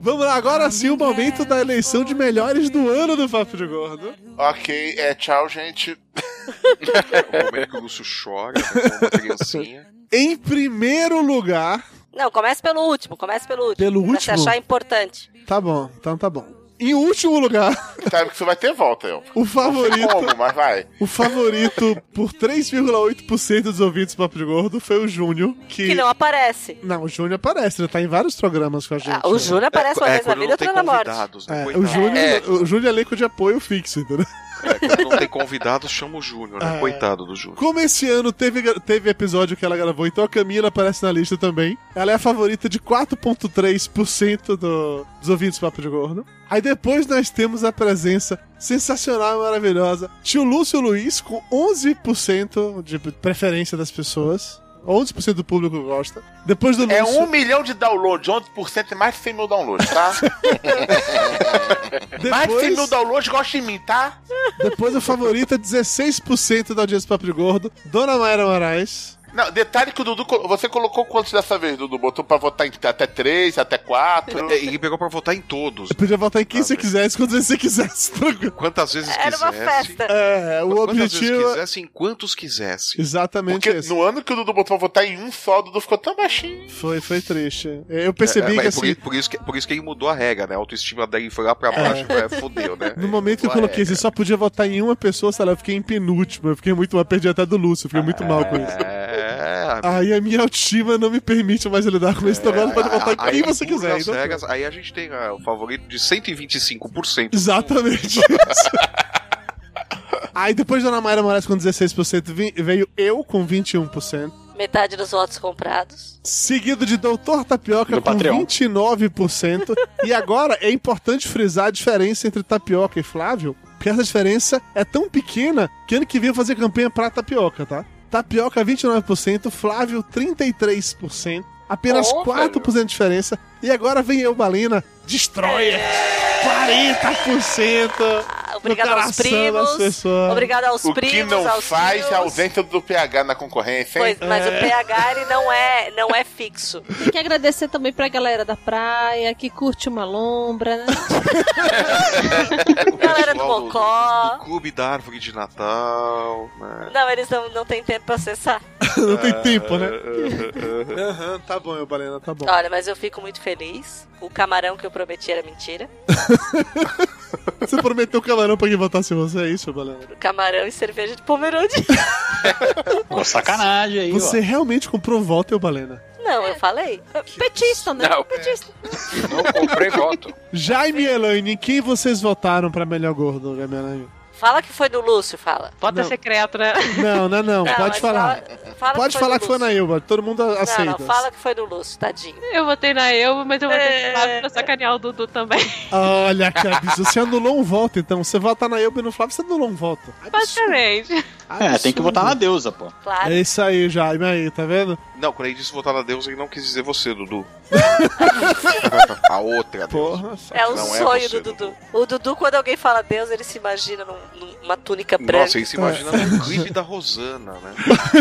Vamos lá, agora sim o momento da eleição de melhores do ano do Papo de Gordo. Ok, é tchau, gente. O momento que o Lúcio chora, né, como uma criancinha. Em primeiro lugar. Não, comece pelo último, comece pelo último. Pelo pra último? se achar importante. Tá bom, então tá bom. Em último lugar, Sabe que isso vai ter volta, eu. o favorito. Como, mas vai. O favorito por 3,8% dos ouvintes do Papo de Gordo foi o Júnior, que... Que não aparece. Não, o Júnior aparece, ele tá em vários programas com a gente. né? Ah, o Júnior aparece uma vez na vida, outra na morte. É, o Júnior É. o Júnior é elenco de apoio fixo, entendeu? Quando não tem convidado, chama o Júnior, né? É. Coitado do Júnior. Como esse ano teve, teve episódio que ela gravou, então a Camila aparece na lista também. Ela é a favorita de 4,3% do- dos ouvintes do Papo de Gordo. Aí depois nós temos a presença sensacional e maravilhosa tio Lúcio Luiz, com 11% de preferência das pessoas. 11% do público gosta. Depois do É um Lúcio. 1 milhão de downloads, 11% é mais de 100 mil downloads, tá? Mais de 100 mil downloads gosta de mim, tá? Depois o favorito é 16% da audiência do Papo de Gordo, Dona Mayra Moraes. Não, detalhe que o Dudu. col- Você colocou quantos dessa vez, Dudu? Botou pra votar em até três, até quatro. É, E pegou pra votar em todos. Eu podia votar em quem Ah, você quisesse, quando você quisesse. Quantas vezes Era uma quisesse. festa. É, o Quantas objetivo- vezes quisesse, em Assim, quantos quisesse. Exatamente Porque esse. no ano que o Dudu botou pra votar em um só, o Dudu ficou tão baixinho. Foi, foi triste. Eu percebi É, é, que mas por, assim. por isso que por isso que ele mudou a regra, né? A autoestima dele foi lá pra É. baixo, é. fodeu, né? No momento que eu Lá coloquei, é. você só podia votar em uma pessoa, sei lá, eu fiquei em penúltimo. Eu fiquei muito mal, perdi até do Lúcio, eu fiquei muito mal com isso. É, Aí a minha autoestima não me permite mais lidar com isso, então agora pode votar em quem ele você é, muda quiser. as então- regras, aí a gente tem ah, o favorito de 125%. Exatamente. Aí depois da Ana Mayra Moraes com 16%, vi- veio eu com 21%. Metade dos votos comprados. Seguido de Doutor Tapioca Do com Patreon. 29%. e agora é importante frisar a diferença entre Tapioca e Flávio, porque essa diferença é tão pequena que ano que vem eu vou fazer campanha pra Tapioca, tá? Tapioca 29%, Flávio 33%. Apenas Ó, 4% de diferença. E agora vem eu, Balina, Destroyer! É. 40%! Ah, Obrigado no aos coração das primos. pessoas. Obrigado aos o primos. que não aos faz tios. é a ausência do PH na concorrência, hein? Pois, mas É. o PH ele não é, não é fixo. Tem que agradecer também pra galera da praia que curte uma lombra, né? Galera do Mocó. Do clube da árvore de Natal. Né? Não, eles não, não têm tempo pra acessar. Não tem tempo, né? Aham, tá bom, eu Balena, tá bom. Olha, mas eu fico muito feliz. O camarão que eu prometi era mentira. Você prometeu camarão pra quem votasse em você, é isso, Balena? Camarão e cerveja de Pomerode. Pô, sacanagem aí, Você ó. realmente comprou voto, eu Balena? Não, eu falei. Petista, né? Não. Petista. Não comprei voto. Jaime e Elaine, em quem vocês votaram pra melhor gordo, Jaime e Elaine? Fala que foi do Lúcio, fala. Bota Não. secreto, né? Não, não, não, Não, pode mas fala- falar. fala pode que foi falar do que foi na Elba, todo mundo a- aceita. Não, não, fala que foi do Lúcio, tadinho. É. Eu votei na eu, mas eu votei no Flávio pra sacanear o Dudu também. Olha que absurdo, você anulou um voto então, você votar na Elba e no Flávio, você anulou um voto. Basicamente. É, tem que votar na deusa, pô. É isso aí, Jaime, aí, tá vendo? Não, quando ele disse votar na Deus, ele não quis dizer você, Dudu. a outra Porra, É o Não é sonho você, do Dudu. O Dudu, quando alguém fala Deus, ele se imagina num- numa túnica branca. Nossa, ele se imagina É. no clipe da Rosana, né?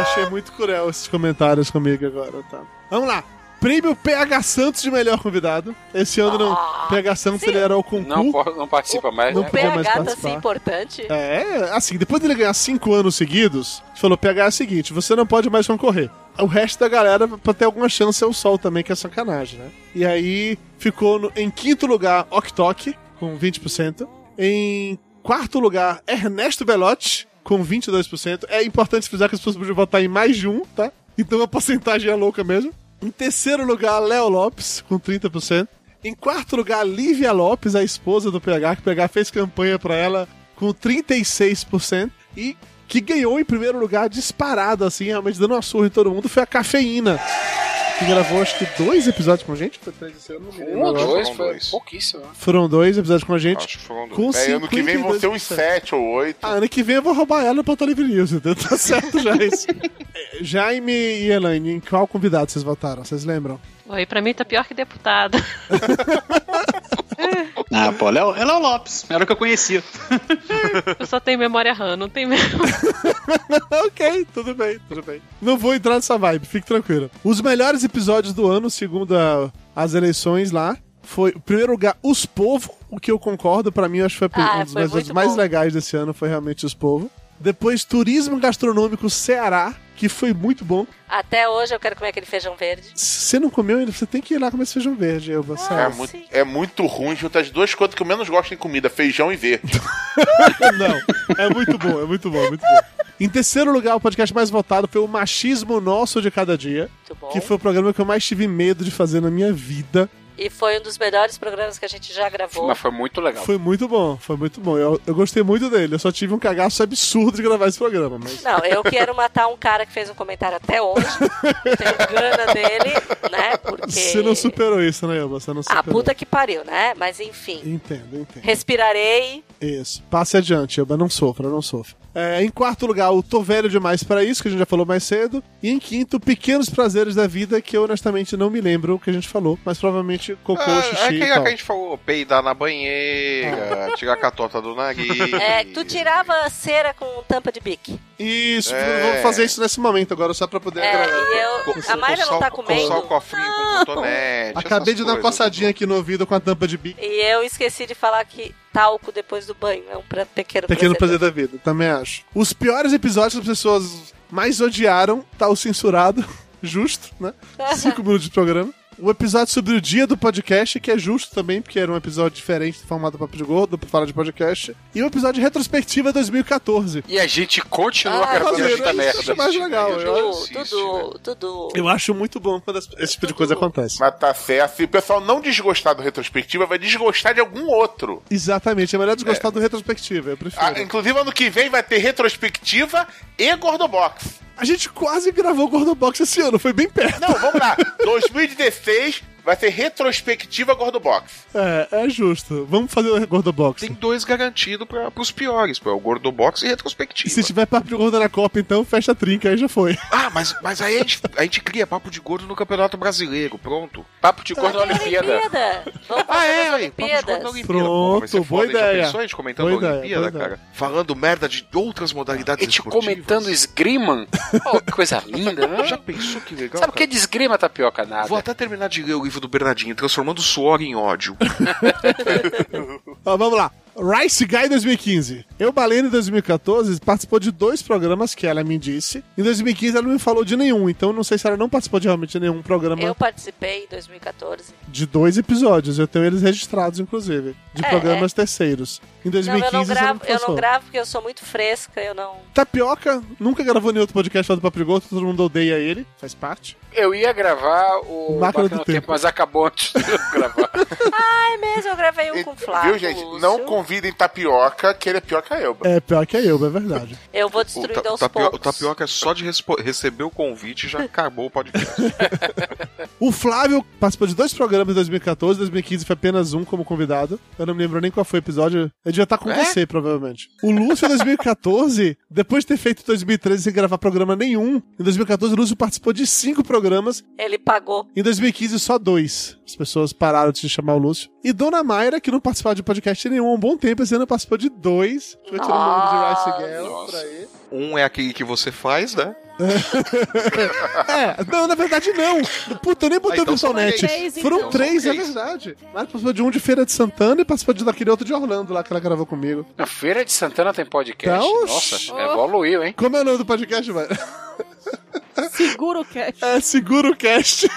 Achei muito cruel esses comentários comigo agora, tá? Vamos lá. Prêmio PH Santos de melhor convidado. Esse ano Ah, não. PH Santos ele era o concurso. Não, po- não participa mais. É, não é. né? podia O mais PH tá participar. assim importante? É, assim, depois dele ganhar cinco anos seguidos, ele falou: PH é o seguinte, você não pode mais concorrer. O resto da galera, pra ter alguma chance, é o Sol também, que é sacanagem, né? E aí ficou no- em quinto lugar Oktok, com 20%. Em quarto lugar, Ernesto Belotti, com 22%. É importante frisar que as pessoas podiam votar em mais de um, tá? Então a porcentagem é louca mesmo. Em terceiro lugar, Léo Lopes, com 30%. Em quarto lugar, Lívia Lopes, a esposa do PH, que o PH fez campanha pra ela com 36%. E que ganhou em primeiro lugar, disparado, assim, realmente dando uma surra em todo mundo, foi a Cafeína. Que gravou acho que dois episódios com a gente. Um ou agora. dois, Foram foi pouquíssimo. né? Foram dois episódios com a gente. Acho que foram dois. Com É, ano que vem vão ser uns 52%. sete ou oito. Ah, ano que vem eu vou roubar ela pra Tony News, entendeu? Tá certo já isso. É, Jaime e Elaine, em qual convidado vocês votaram? Vocês lembram? Oi, pra mim tá pior que deputado. Ah, pô, Léo, é Léo Lopes. Era o que eu conhecia. Eu só tenho memória RAM, não tem mesmo. ok, tudo bem, tudo bem. Não vou entrar nessa vibe, fique tranquilo. Os melhores episódios do ano, segundo a- as eleições lá, foi, em primeiro lugar, Os Povo, o que eu concordo, pra mim, eu acho que foi Ah, um dos foi episódios muito mais bom. legais desse ano, foi realmente Os Povo. Depois, Turismo Gastronômico Ceará, que foi muito bom. Até hoje eu quero comer aquele feijão verde. Se você não comeu ainda, você tem que ir lá comer esse feijão verde, eu Ah, vou É muito, é muito ruim juntar as duas coisas que eu menos gosto em comida, feijão e verde. Não, é muito bom, é muito bom, é muito bom. Em terceiro lugar, o podcast mais votado foi o Machismo Nosso de Cada Dia. bom. Que foi o programa que eu mais tive medo de fazer na minha vida. E foi um dos melhores programas que a gente já gravou. Mas foi muito legal. Foi muito bom, foi muito bom. Eu, eu gostei muito dele. Eu só tive um cagaço absurdo de gravar esse programa. Mas... Não, é eu quero matar um cara que fez um comentário até hoje. Eu Tenho gana dele, né? Porque. Você não superou isso, né, Elba? Você não Ah, superou. puta que pariu, né? Mas enfim. Entendo, entendo. Respirarei. Isso. Passe adiante, Elba. Não sofra, não sofra. É, em quarto lugar, o Tô Velho Demais para Isso, que a gente já falou mais cedo. E em quinto, Pequenos Prazeres da Vida, que eu honestamente não me lembro o que a gente falou, mas provavelmente cocô, Ah, é xixi aquele e que tal. É. a gente falou, peidar na banheira, tirar a catota do nariz. É, tu tirava cera com tampa de bique. Isso, É. vamos fazer isso nesse momento agora, só pra poder... É, e eu. Com- a Mayra com não sal- tá com comendo. sal, cofrinho, com cotonete, essas Acabei de dar uma coisas. né? coçadinha aqui no ouvido com a tampa de bico. E eu esqueci de falar que talco depois do banho é um pra- pequeno, Pequeno prazer da vida, também acho. Os piores episódios que as pessoas mais odiaram, tá o censurado, justo, né? Cinco minutos de programa. O episódio sobre o dia do podcast, que é justo também, porque era um episódio diferente do formato do Papo de Gordo, pra falar de podcast. E o episódio retrospectiva 2014. E a gente continua Ah, gravando fazendo esta isso, merda. acho mais legal, eu Dudu, Dudu, Dudu. Eu acho muito bom quando as- esse tipo de coisa acontece. Mas tá certo. Se o pessoal não desgostar do retrospectiva, vai desgostar de algum outro. Exatamente, é melhor desgostar do retrospectiva, eu prefiro. Ah, inclusive, ano que vem vai ter retrospectiva e Gordobox. A gente quase gravou o Gordobox esse ano, foi bem perto. Não, vamos lá. 2016 vai ter retrospectiva Gordobox. É, é justo. Vamos fazer o Gordobox. Tem dois garantidos pra, pros piores, pô. É o Gordo Box e E retrospectiva. se tiver Papo de Gordo na Copa, então fecha a trinca, aí já foi. Ah, mas, mas aí a gente, a gente cria papo de gordo no Campeonato Brasileiro, pronto. Papo de gordo na Olimpíada. Tá Olimpíada. Vamos ah, é, fazer aí, papo de gordo Olimpíadas. na Olimpíada. Pronto, vai ser boa foda, Já ideia. pensou a gente comentando Boa a ideia, Olimpíada, boa ideia. cara? Falando merda de outras modalidades esportivas. Comentando esgrima? Oh, que coisa linda, né? Já pensou que legal, Sabe o que é cara? de esgrima tapioca nada? Vou até terminar de ler o livro do Bernardinho, Transformando Suor em Ódio. Ó, vamos lá. Rice Guy 2015. Eu, Balena, em 2014, participou de dois programas que ela me disse. Em 2015, ela não me falou de nenhum, então não sei se ela não participou de realmente nenhum programa Eu participei em 2014. de dois episódios. Eu tenho eles registrados, inclusive, de É, programas é. terceiros. Em 2015, não, eu não você gravo, eu não passou. gravo porque eu sou muito fresca, eu não. Tapioca nunca gravou nenhum outro podcast lá do Paprigoto, todo mundo odeia ele, faz parte. Eu ia gravar o Máquina Máquina do do Tempo. Tempo, mas acabou antes de eu gravar. Ah, é mesmo, eu gravei um com o Flávio. Viu, gente? Não convidem tapioca, que ele é pior que a Elba. É pior que eu, é verdade. Eu vou O, destruindo ta- aos tapio- poucos. o Tapioca é só de respo- receber o convite já acabou o podcast. O Flávio participou de dois programas em 2014, 2015 foi apenas um como convidado. Eu não me lembro nem qual foi o episódio. Eu devia estar com É? você, provavelmente. O Lúcio, é em 2014, depois de ter feito 2013 sem gravar programa nenhum, em 2014 o Lúcio participou de cinco programas. Ele pagou. Em 2015, só dois. As pessoas pararam de chamar o Lúcio. E Dona Mayra, que não participava de podcast nenhum há um bom tempo, esse ano participou de dois. Foi tirando o nome de Rice Girl. Um é aquele que você faz, né? É, não, na verdade não. Puta, eu nem botei Ah, então o são pessoal net. três, Foram então. três, São é três. verdade. Mas participou de um de Feira de Santana e participou de um daquele outro de Orlando lá que ela gravou comigo. Na Feira de Santana tem podcast? Então, Nossa, oh. evoluiu, hein? Como é o nome do podcast, mano? Seguro cast. É, Seguro Cast.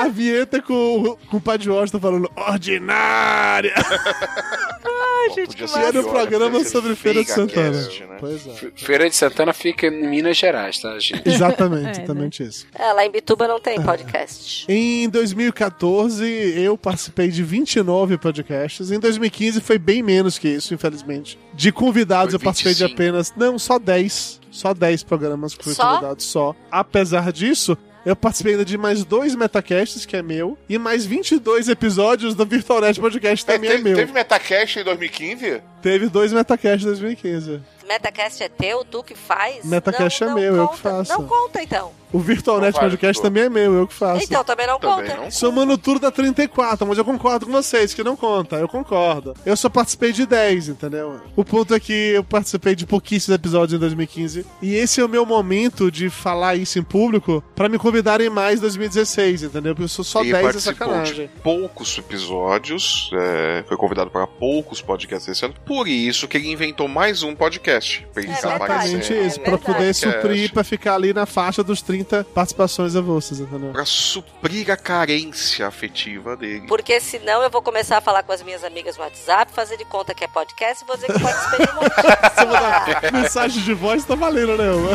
A vinheta com, com o Padre Washington falando ordinária. Ai, gente, que ser massa. pior, né? programa Podia ser sobre Feira de Santana. Pois é. Feira de Santana fica em Minas Gerais, tá, gente? Exatamente, né? exatamente isso. É, lá em Bituba não tem podcast. Em 2014, eu participei de 29 podcasts. Em 2015, foi bem menos que isso, infelizmente. De convidados, eu participei de apenas. Não, só 10. Só 10 programas que fui Só? convidado só. Apesar disso. Eu participei ainda de mais dois metacasts, que é meu, e mais 22 episódios do VirtualNet Podcast, também é, meu. Teve Metacast em 2015? Teve dois metacasts em 2015. Metacast é teu, tu que faz? Metacast Não, é não meu, eu que conta. faço. Não conta então. O VirtualNet Não vale, Podcast pô. também é meu, eu que faço. Então também não conta. Somando tudo dá 34, mas eu concordo com vocês que não conta, eu concordo. Eu só participei de 10, entendeu? O ponto é que eu participei de pouquíssimos episódios em 2015 e esse é o meu momento de falar isso em público pra me convidarem mais em 2016, entendeu? Porque eu sou só e 10 é participou de sacanagem. poucos episódios, é, foi convidado para poucos podcasts esse ano. Por isso que ele inventou mais um podcast. Pra É É ele acabar Exatamente esse isso, é pra poder podcast, suprir, pra ficar ali na faixa dos 30 participações avulsas, entendeu? Pra suprir a carência afetiva dele. Porque senão eu vou começar a falar com as minhas amigas no WhatsApp, fazer de conta que é podcast e vou dizer que participei de um monte. Se eu mandar mensagem de voz, tá valendo, né? mano?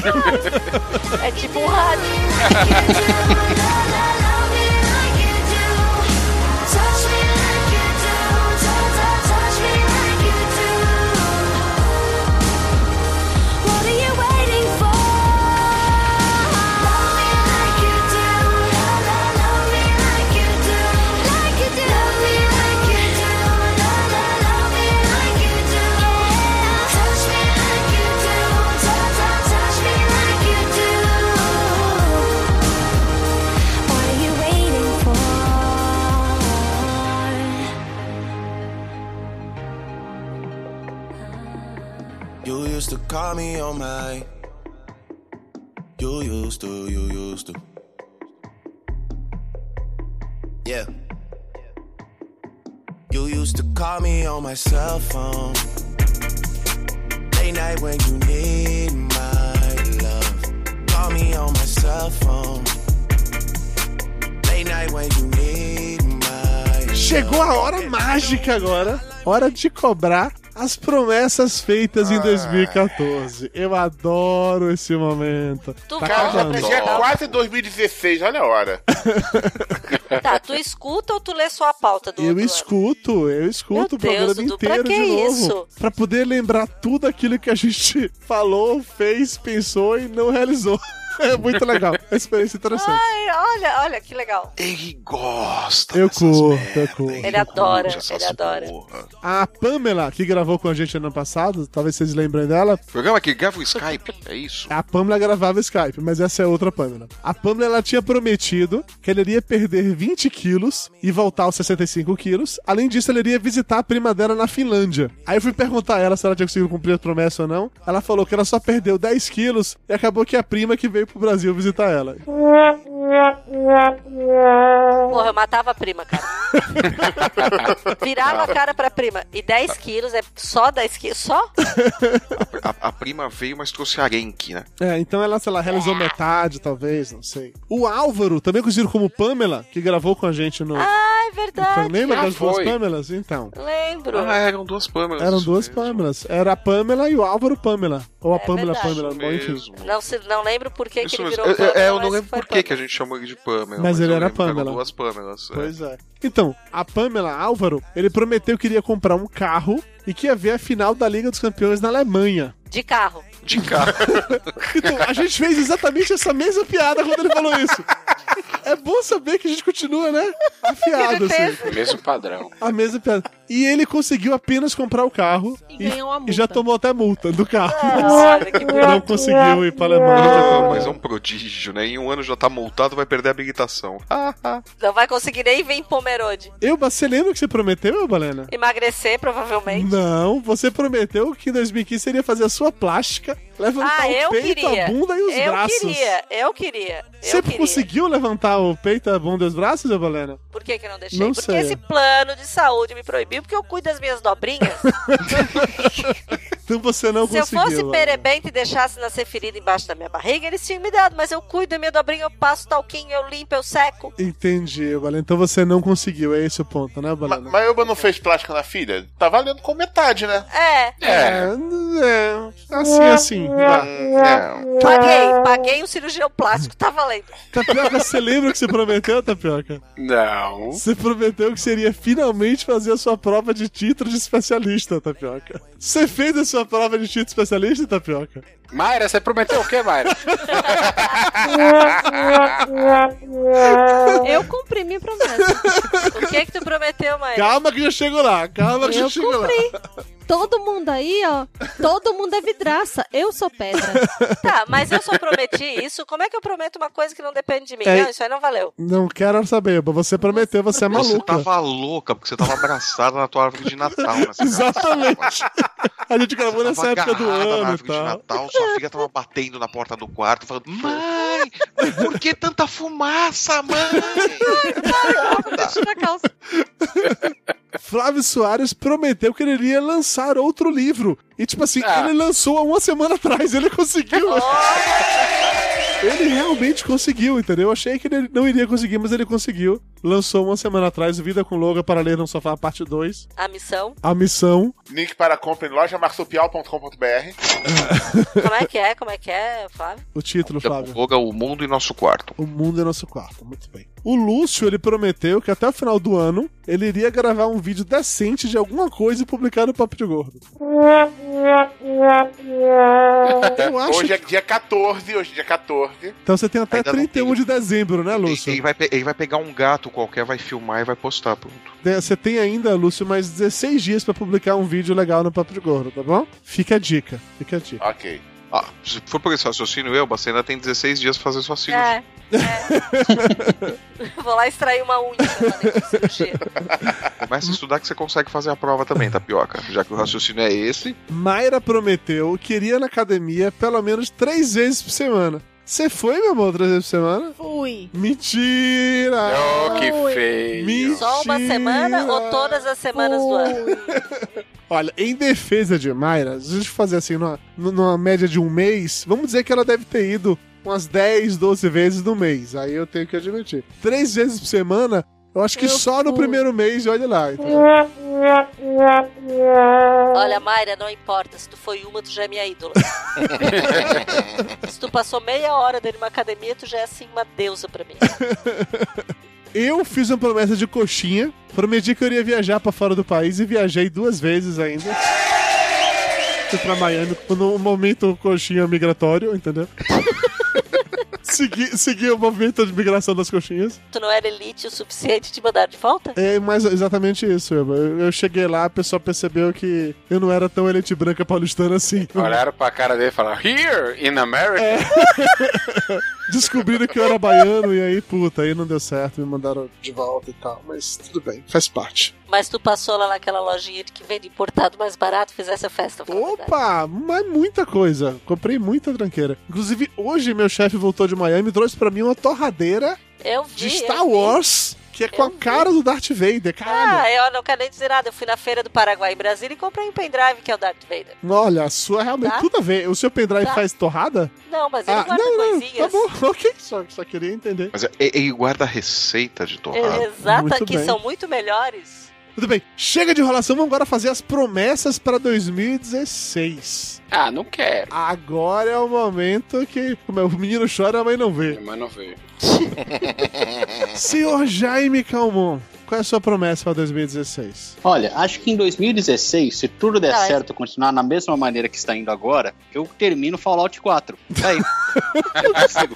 É tipo um rádio. Touch me like you do, touch, touch, touch me like you do. What are you waiting for? Love me like you do, love, love, love me like you do, like you do, love me like you do, love, love, love me like you do, yeah. Touch me like you do, You used to call me on my. You used to, you used to. Yeah. You used to call me on my cell phone. Late night when you need my love. Call me on my cell phone. Late night when you need my love. Chegou a hora mágica agora. Hora de cobrar as promessas feitas em 2014. Eu adoro esse momento. Tá Tu Cara, já acabando. é quase 2016, olha a hora. Tá, tu escuta ou tu lê só a pauta do. Eu escuto, eu escuto né? Meu o programa Deus, Dudu, pra inteiro que de novo. isso? Pra poder lembrar tudo aquilo que a gente falou, fez, pensou e não realizou. É muito legal. É uma experiência interessante. Ai, olha, olha que legal. É Gosta. eu curto, eu curto. Ele adora, ele adora. A Pamela, que gravou com a gente ano passado, talvez vocês lembrem dela, Programa que grava o Skype, é isso? A Pamela gravava Skype, mas essa é outra Pamela. A Pamela ela tinha prometido que ela iria perder 20 quilos e voltar aos 65 quilos. Além disso, ela iria visitar a prima dela na Finlândia. Aí eu fui perguntar a ela se ela tinha conseguido cumprir a promessa ou não. Ela falou que ela só perdeu 10 quilos e acabou que é a prima que veio pro Brasil visitar ela. Porra, eu matava a prima, cara. Virava a cara pra prima. E 10 quilos é só 10 quilos? Só? A, a prima veio, mas trouxe arenque, né? É, então ela, sei lá, realizou metade, talvez, não sei. O Álvaro, também conhecido como Pamela, que gravou com a gente no. Ah, é verdade. Lembra Ah, das duas foi. Pamelas? Então. Lembro. Ah, eram duas Pamelas. Eram duas Pâmelas. Era a Pamela e o Álvaro Pamela. Ou É É a Pamela Pamela, bom, enfim. Não, se, não lembro por que, que Isso ele mesmo. virou. Eu, eu- Pamela, é, eu não mas lembro foi por que, que a gente chama de Pamela. Mas ele eu era lembro que eram Pamela. duas Pamelas. Pois é. Então, a Pamela Álvaro, ele prometeu que iria comprar um carro e que ia ver a final da Liga dos Campeões na Alemanha. De carro. De carro. Então, a gente fez exatamente essa mesma piada quando ele falou isso. É bom saber que a gente continua, né? Afiado, assim. Mesmo padrão. A mesma piada. E ele conseguiu apenas comprar o carro. E, ganhou uma e já tomou até multa do carro. Olha, que Não conseguiu ir pra Alemanha. Não, mas é um prodígio, né? Em um ano já tá multado, vai perder a habilitação. Ah, ah. Não vai conseguir nem vir em Pomerode. Eu, você lembra o que você prometeu, Balena? Emagrecer, provavelmente. Não, você prometeu que em 2015 seria fazer a sua plástica, É levantar Ah, eu o peito, queria. a bunda e os eu braços. queria, eu queria. Você conseguiu levantar o peito, a bunda e os braços, Evalena? Por que, que eu não deixei? Não porque sei. esse plano de saúde me proibiu, porque eu cuido das minhas dobrinhas. Então você não Se eu conseguiu. fosse Evalena. perebento e deixasse nascer ferida embaixo da minha barriga, eles tinham me dado, mas eu cuido da minha dobrinha, eu passo talquinho, eu limpo, eu seco. Entendi, Evalena. Então você não conseguiu, é esse o ponto, né, Evalena? Mas Elba não fez plástica na filha? Tá valendo com metade, né? É. É. é assim, assim. Tá. Paguei, paguei um cirurgião plástico, tá valendo. Tapioca, você lembra o que você prometeu, Tapioca? Não. Você prometeu que seria finalmente fazer a sua prova de título de especialista, Tapioca. Você fez a sua prova de título de especialista, Tapioca? Mayra, você prometeu o quê, Mayra? Eu cumpri minha promessa. O que que tu prometeu, mãe? Calma que já chegou lá, calma que Eu já chegou lá. Todo mundo aí, ó. Todo mundo é vidraça. Eu sou pedra. Tá, mas eu só prometi isso. Como é que eu prometo uma coisa que não depende de mim? É. Não, isso aí não valeu. Não quero saber, mas você prometeu, você é Você maluca. tava louca, porque você tava abraçada na tua árvore de Natal. né? Nessa Exatamente. A gente gravou nessa época do agarrada na ano e árvore de tal. Natal, sua filha tava batendo na porta do quarto, falando: Mãe, por que tanta fumaça, mãe? Flávio Soares prometeu que ele iria lançar outro livro. E tipo assim, ele lançou há uma semana atrás, ele conseguiu. ele realmente conseguiu, entendeu? Eu achei que ele não iria conseguir, mas ele conseguiu. Lançou uma semana atrás Vida com Loga para ler no sofá, parte 2. A missão? A missão. Link para a compra em loja marsupial.com.br. Como é que é? Como é que é, Flávio? O título, Flávio. Voga é o mundo em nosso quarto. O mundo é nosso quarto, muito bem. O Lúcio, ele prometeu que até o final do ano ele iria gravar um vídeo decente de alguma coisa e publicar no Papo de Gordo. Eu acho hoje é dia 14, hoje é dia 14. Então você tem até 31 de dezembro, né, Lúcio? Ele vai, pe- ele vai pegar um gato qualquer, vai filmar e vai postar. Pronto. Né, Você tem ainda, Lúcio, mais 16 dias pra publicar um vídeo legal no Papo de Gordo, tá bom? Fica a dica, fica a dica. Ok. É. Ah, se for por esse raciocínio, eu, você ainda tem 16 dias pra fazer sua cirurgia. Vou lá extrair uma unha. Começa a estudar que você consegue fazer a prova também, tapioca. Já que o raciocínio é esse. Mayra prometeu que iria na academia pelo menos três vezes por semana. Você foi, meu amor, três vezes por semana? Fui. Mentira! Oh, que feio! Só uma semana ou todas as semanas do ano? Olha, em defesa de Mayra, se a gente fazer assim, numa, numa média de um mês, vamos dizer que ela deve ter ido umas 10, 12 vezes no mês. Aí eu tenho que admitir. Três vezes por semana, eu acho que só no primeiro mês, e olha lá. Então. Olha, Mayra, não importa. Se tu foi uma, tu já é minha ídola. Se tu passou meia hora dentro de uma academia, tu já é assim uma deusa pra mim. Eu fiz uma promessa de coxinha, prometi que eu iria viajar pra fora do país e viajei duas vezes ainda. Fui pra Miami no momento coxinha migratório, entendeu? Segui, segui o movimento de migração das coxinhas. Tu não era elite o suficiente de mandar de volta? É mais exatamente isso, Eva. Eu, eu cheguei lá, o pessoal percebeu que eu não era tão elite branca paulistana assim. Olharam pra cara dele e falaram, Here in America? Descobriram que eu era baiano e aí, puta, aí não deu certo, me mandaram de volta e tal. Mas tudo bem, faz parte. Mas tu passou lá naquela lojinha de que vende importado mais barato e fizesse a festa. Opa, mas muita coisa. Comprei muita tranqueira. Inclusive, hoje meu chefe voltou de Miami e trouxe pra mim uma torradeira Eu vi. de eu Star vi. Wars, que é com a cara do Darth Vader, caralho. Ah, eu não quero nem dizer nada. Eu fui na feira do Paraguai em Brasília e comprei um pendrive que é o Darth Vader. Olha, a sua é realmente Tá. tudo a ver. O seu pendrive Tá. faz torrada? Não, mas ele guarda tá coisinhas. bom, ok, só, só queria entender. Mas é, ele guarda a receita de torrada. Exata, Muito que bem. são muito melhores. Tudo bem, chega de enrolação, vamos agora fazer as promessas para 2016. Ah, não quero. Agora é o momento que como é, o menino chora, a mãe não vê. Mas não veio. É. Senhor Jaime Calmon, qual é a sua promessa para 2016? Olha, acho que em 2016, se tudo der Ah, é. certo e continuar na mesma maneira que está indo agora, eu termino Fallout 4. Aí. eu consigo.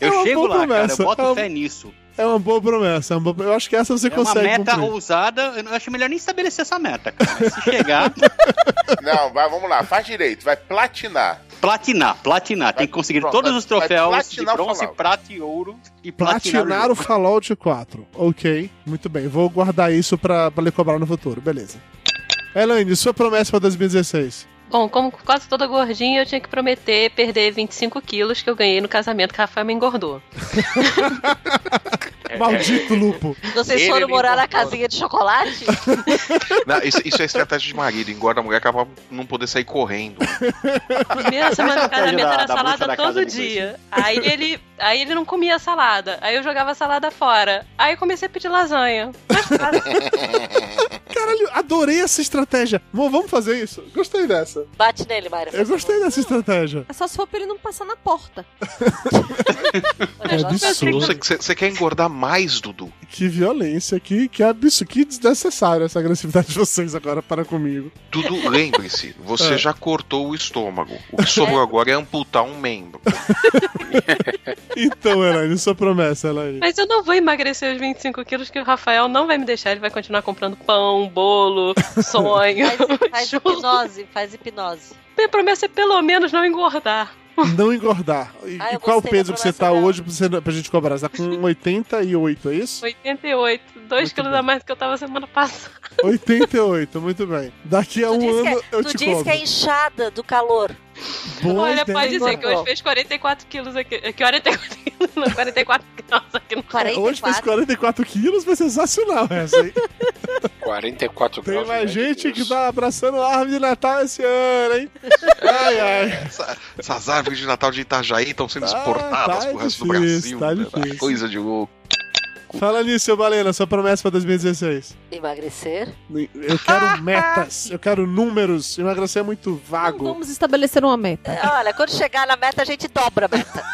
É Eu uma chego boa lá, cara, eu promessa. boto É uma- fé nisso. É uma boa promessa, é uma boa- eu acho que essa você é uma consegue meta cumprir. ousada, eu não- acho melhor nem estabelecer essa meta, cara. Mas Ah, tá, Se chegar, Não, vai, vamos lá, faz direito, vai platinar. platinar, platinar. Tem que conseguir pronto, todos vai- os troféus de platinar o bronze, Fallout. prata e ouro e platinar. o Platinar jogo. o Fallout 4. Ok, muito bem. Vou guardar isso pra, pra lhe cobrar no futuro, beleza. Elaine, sua promessa pra 2016? Bom, como quase toda gordinha, eu tinha que prometer perder 25 quilos que eu ganhei no casamento que a Rafael me engordou. Maldito lupo. Vocês Ele foram me morar na incorporou. casinha de chocolate? Não, isso, isso é estratégia de marido. Engorda a mulher que é pra não poder sair correndo. Primeira semana do casamento da- era da bruxa da salada casa todo de dia. Aí ele, aí ele não comia salada. Aí eu jogava a salada fora. Aí eu comecei a pedir lasanha. Caralho, adorei essa estratégia. Mo, vamos fazer isso. Gostei dessa. Bate nele, Mayra. Eu gostei dessa estratégia. É só se for pra ele não passar na porta. absurdo. Você- Você você quer engordar mais, Dudu? Que violência, que, que absurdo, que desnecessário essa agressividade de vocês agora para comigo. Dudu, lembre-se, você É. já cortou o estômago. O que sobrou agora é amputar um membro. Então, Elaine, sua promessa, Elaine. Mas eu não vou emagrecer os 25 quilos que o Rafael não vai me deixar. Ele vai continuar comprando pão, bolo, sonho. Faz hipnose, faz hipnose. Minha promessa é pelo menos não engordar. Não engordar. E, Ah, eu e qual o gostei da peso que você tá hoje pra, você, pra gente cobrar? Você tá com 88, é isso? 88, 2 quilos a mais do que eu tava semana passada. 88, muito bem. Daqui a um Diz que ano é- eu tu te diz cobro. né? que é inchada do calor. Boa Olha, ideia. pode dizer que hoje fez 44 quilos aqui. é, 44 quilos, não, 44 graus aqui no Hoje fez 44 quilos, foi sensacional essa, hein? 44 Tem graus. mais gente que tá abraçando a árvore de Natal esse ano, hein? Ai, ai. Essa- essas árvores de Natal de Itajaí estão sendo Tá- exportadas tá pro resto do Brasil. difícil, tá né? difícil. Coisa de louco. Fala nisso, seu Balena, sua promessa pra 2016. Emagrecer? Eu quero metas, eu quero números. Emagrecer é muito vago. Vamos estabelecer uma meta. É, Olha, quando chegar na meta, a gente dobra a meta.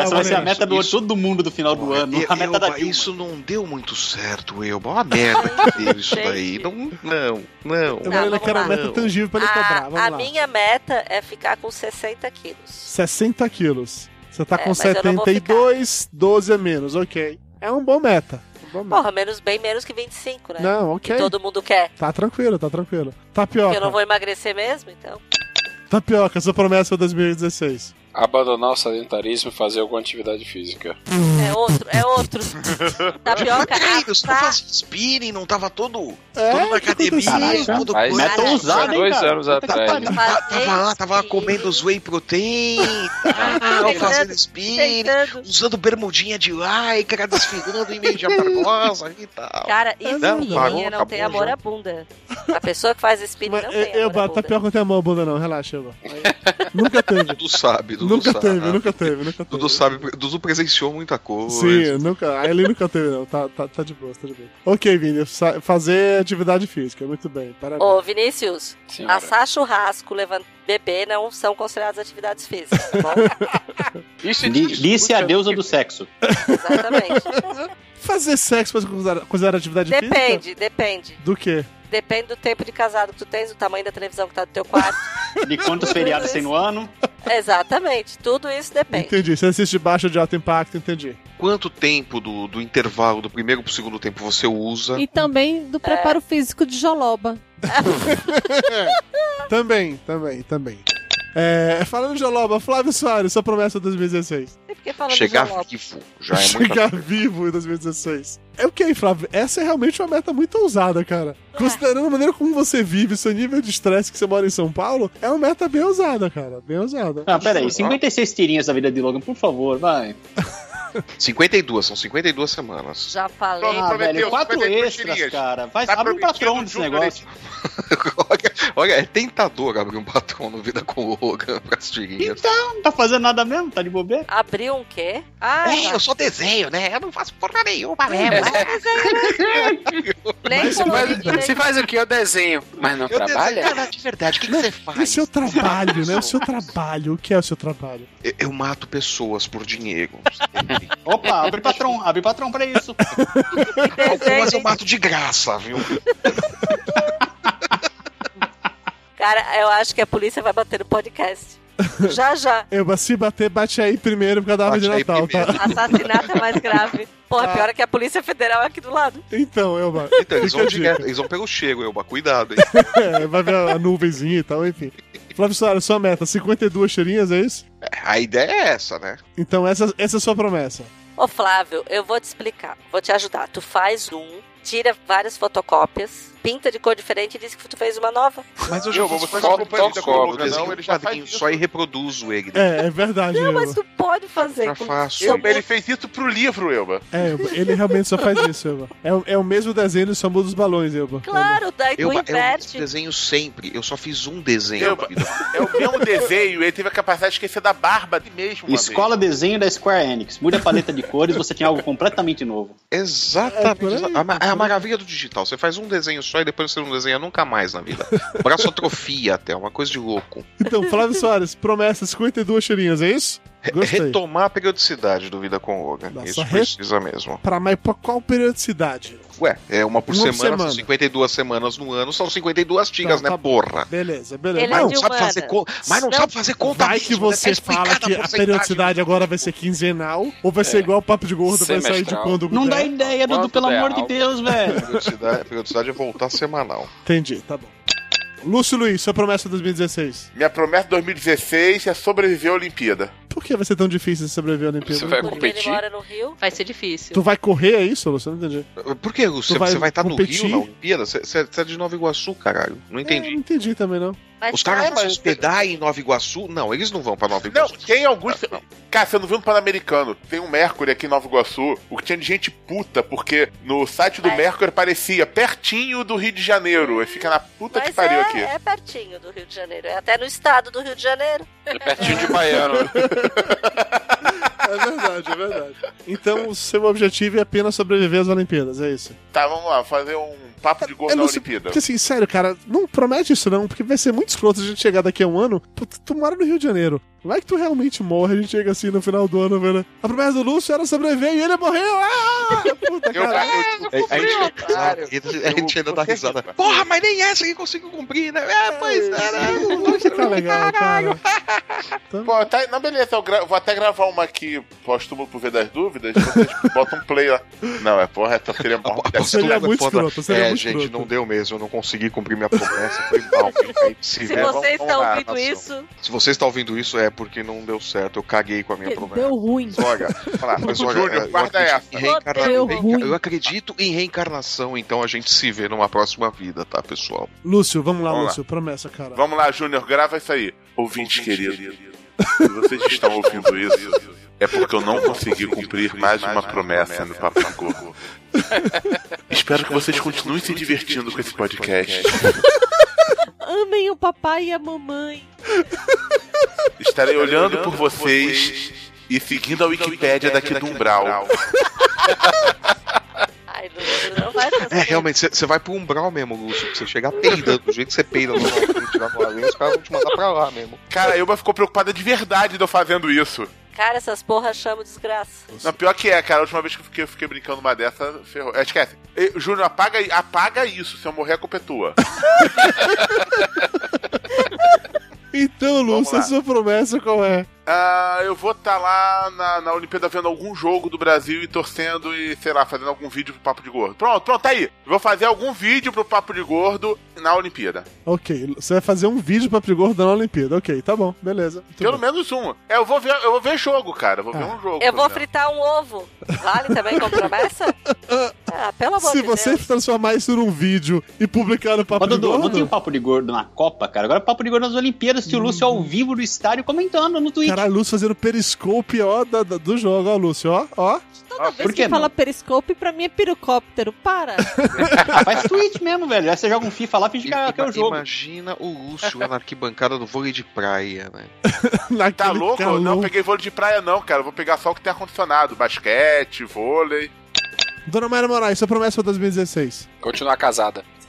Essa vai ser a Valente, meta do isso- todo mundo do final do ano. E- A meta Elba, da Dilma. isso não deu muito certo, Elba. Olha a merda que deu isso daí. Não, não, não. Eu falei, eu quero a meta tangível pra ele cobrar. Vamos a lá. minha meta é ficar com 60 quilos. 60 quilos. Você tá É, com mas eu não vou 72, 12 a menos, ok. É um bom meta. Porra, menos, bem menos que 25, né? Não, ok. Que todo mundo quer. Tá tranquilo, tá tranquilo. Porque eu não Tapioca, vou emagrecer mesmo, então. tapioca, sua promessa pra 2016. Abandonar o sedentarismo e fazer alguma atividade física. É outro, é outro. Tá é Tapioca, Treinos, tu faz spinning, não tava todo, É, todo na tipo academia, Caraca. todo Mas coisa. isso foi dois anos atrás. Tava, tava lá, tava lá comendo os whey protein, tal, fazendo spinning, usando bermudinha de lycra, desfilando em meio de amargosa e tal. Cara, isso Não, não, parou, não tem acabou amor à bunda. A pessoa que faz spinning não tem. Eu bato, tá pior que não tem a mão bunda, não, relaxa, eu Nunca teve. Dudu sabe, Dudu Nunca sabe. teve, nunca teve, nunca Dudu sabe, Dudu presenciou muita coisa. Sim, nunca. Aí ele nunca teve, não. Tá, tá, tá de boa, tá de boa. Ok, Vini, sa- fazer atividade física, muito bem. Parabéns. Ô, Vinícius, Senhora. assar churrasco, levantar bebê não são consideradas atividades físicas, tá bom? Li- Lice é a deusa do sexo. Fazer sexo pode considerar, considerar atividade física? depende, depende. Do quê? Depende do tempo de casado que tu tens, do tamanho da televisão que tá no teu quarto. De quantos feriados tem no ano? Exatamente, tudo isso depende. Entendi. Você assiste de baixo de alto impacto, entendi. Quanto tempo do, do intervalo do primeiro pro segundo tempo você usa? Uhum. E Então- também É. do preparo físico de Joloba. Também, também, também. É, falando de Joloba, Flávio Soares, sua promessa de 2016. Chegar vivo já é muito. Chegar vivo em 2016. É o que, Flávio? Essa é realmente uma meta muito ousada, cara. Considerando a maneira como você vive, seu nível de estresse que você mora em São Paulo, é uma meta bem ousada, cara. Bem ousada. Ah, peraí, 56 tirinhas da vida de Logan, por favor, vai. 52, são 52 semanas. Já falei. Ah, velho, quatro Então, prometeu Tá extras, tirinhas. cara. Vai, abre um patrão desse negócio. Olha, é tentador abrir um patrão no Vida com o Logan pras tirinhas. Então, não tá fazendo nada mesmo? Tá de bobeira? Abriu um quê? Ah, É. É, eu só desenho, né? Eu não faço porra nenhuma né? mesmo. Nem Mas, mas, colorido, você nem- faz o que? Eu desenho. Mas não trabalha? de verdade, o que, você faz? E seu trabalho, né? O seu trabalho. O que é o seu trabalho? Eu, eu mato pessoas por dinheiro. Opa, abre patrão, abre patrão pra isso. É, Algumas eu mato de graça, viu? Cara, eu acho que a polícia vai bater no podcast. Já, já. Eu, se bater, bate aí primeiro por causa da árvore de Natal, tá? Assassinato é mais grave. Porra, Ah. pior é que a Polícia Federal é aqui do lado. Então, Elba. Então, eles fica a vão, dica. direto, eles vão pelo chego, Elba. Cuidado, hein? É, vai ver a nuvenzinha e tal, enfim. Flávio Soares, sua meta, 52 cheirinhas, é isso? A ideia é essa, né? Então essa, essa é a sua promessa. Ô Flávio, eu vou te explicar, vou te ajudar. Tu faz um, tira várias fotocópias, pinta de cor diferente e diz que tu fez uma nova. Mas eu já vou fiz fazer uma companhia foto, com o cobro, Logan, desenho não, ele um já quadrinho só e reproduzo ele. É, é verdade. Elba. tu pode fazer. Já faço. Elba, ele fez isso pro livro, Elba. É, Elba, ele realmente só faz isso, Elba. É, o- é o mesmo desenho, ele só muda os balões, Elba. Claro, daí Eu, tu eu inverte. desenho sempre, eu só fiz um desenho. Elba, é o mesmo desenho, ele teve a capacidade de esquecer da barba dele mesmo. uma Escola Desenho da Square Enix. Muda a paleta de cores, você tem algo completamente novo. Exatamente. É, a, ma- é a maravilha do digital. Você faz um desenho só e depois você não desenha nunca mais na vida. Braço atrofia até, uma coisa de louco. Então, Flávio Soares, promessa, 52 cheirinhas, é isso? Gostei. Retomar a periodicidade do Vida com Logan. Isso re- precisa mesmo. Pra, mas pra qual periodicidade? Ué, é uma por Uma por semana, semana. são 52 semanas no ano, são 52 tigas, Tá, tá né, porra? Beleza, beleza. Ele é de humanas. Mas não sabe fazer conta Vai mesmo, que né? você Tá explicada fala a que a porcentagem. periodicidade agora vai ser quinzenal, ou vai ser É. igual o Papo de Gordo, vai sair de Semestral. quando Não dá puder. ideia, Dudu, Quanto pelo der amor de algo. Deus, velho. Periodicidade, a periodicidade é voltar semanal. Entendi, tá bom. Lúcio Luiz, sua promessa de 2016. Minha promessa de 2016 é sobreviver à Olimpíada. Por que vai ser tão difícil sobreviver à Olimpíada? no Rio? Vai ser difícil. Tu vai correr, é isso, Lúcio? Eu Não entendi. Por que Você, Tu vai você vai estar no competir? Rio na Olimpíada? Você, você- você é de Nova Iguaçu, caralho. Não Eu entendi. não entendi também, não. Os É, caras vão se hospedar um em Nova Iguaçu? Não, eles não vão pra Nova Não, Iguaçu. tem alguns. Cara, você não viu no Pan-Americano? Tem um Mercury aqui em Nova Iguaçu, o que tinha de gente puta, porque no site do Mercury parecia pertinho do Rio de Janeiro. Aí fica na puta que Mas pariu é, aqui. é pertinho do Rio de Janeiro, é até no estado do Rio de Janeiro. É pertinho de Baiano. É verdade, é verdade. Então, o seu objetivo é apenas sobreviver às Olimpíadas, é isso. Tá, vamos lá, fazer um papo de gordo É, Eu na não sei- Olimpíada. Porque assim, sério, cara, não promete isso não, porque vai ser muito escroto a gente chegar daqui a um ano. Puta, tu mora no Rio de Janeiro. Vai que tu realmente morre, a gente chega assim no final do ano, velho. A promessa do Lúcio era sobreviver e ele morreu. Ah! Puta, cara. A gente, a gente- a gente ainda dá é, risada. Porra, mas nem essa que conseguiu cumprir, né? É, pois era. Tá legal, cara. Pô, tá, não, beleza, eu gra- vou até gravar uma aqui póstumo pro ver das dúvidas. Vocês botam um play lá. Não, é porra, essa seria mó- Aposto seria tudo, muito foda. escroto, seria É, muito gente, escroto. não deu mesmo. Eu não consegui cumprir minha promessa. Foi mal. gente, é Se impossível. Vamos- vocês vamos estão lá, ouvindo nação. isso, Se você está ouvindo isso, é porque não deu certo. Eu caguei com a minha Deu promessa. ruim. Zoga. Fala, Marco Zoga, Júnior, eu guarda acredito essa. em reencarna- Deu reenca- ruim. Eu acredito em reencarnação, então a gente se vê numa próxima vida, tá, pessoal? Lúcio, vamos lá, Vamos lá. Lúcio, promessa, cara. Vamos lá, Júnior, grava isso aí. Ouvinte querido, se vocês estão ouvindo isso, é porque eu não consegui cumprir mais uma promessa no Papo de Gordo. Espero que vocês continuem se divertindo com esse podcast. Amem o papai e a mamãe. Estarei olhando por vocês e seguindo a Wikipédia daqui do Umbral. não vai fazer. É, realmente, você- você vai pro umbral mesmo, Lúcio. pra Você chegar peidando, do jeito que você peida normalmente na Flamengo, os caras vão te mandar pra lá mesmo. Cara, a Ilba ficou preocupada de verdade de eu fazendo isso. Cara, essas porras chamam desgraça. Não, pior que é, cara. A última vez que eu fiquei, eu fiquei brincando uma dessa, ferrou. É, esquece. Ei, Júnior, apaga, aí- apaga isso. Se eu morrer, a culpa é tua. Então, Lúcio, a sua promessa qual é? Ah, eu vou estar lá na, na Olimpíada vendo algum jogo do Brasil e torcendo e, sei lá, fazendo algum vídeo pro Papo de Gordo. Pronto, pronto, tá aí. Vou fazer algum vídeo pro Papo de Gordo na Olimpíada. Ok, você vai fazer um vídeo pra Prigordo na Olimpíada. Ok, tá bom, beleza. Pelo menos um. É, eu vou ver, eu vou ver jogo, cara. Eu vou ver um jogo. Eu pelo vou menos. fritar um ovo. Vale também como promessa? Ah, pelo amor Se de você transformar isso num vídeo e publicar no Papo Ô, de Dudu, não Gordo... tem o papo de gordo na Copa, cara. Agora é papo de gordo nas Olimpíadas, que o Lúcio é Uhum. ao vivo do estádio comentando no né? Twitter. Caralho, Lúcio fazendo periscope, ó, da- da- do jogo, ó, Lúcio, ó, ó. Ah, Toda vez que fala periscope, pra mim é pirocóptero. Para! Faz tweet mesmo, velho. Aí você joga um FIFA lá, finge que é que é o jogo. Imagina o Lúcio lá na arquibancada do vôlei de praia, né? Tá louco? Não peguei vôlei de praia, não, cara. Eu vou pegar só o que tem ar-condicionado: basquete, vôlei. Dona Mayra Moraes, sua promessa pra 2016. Continuar casada.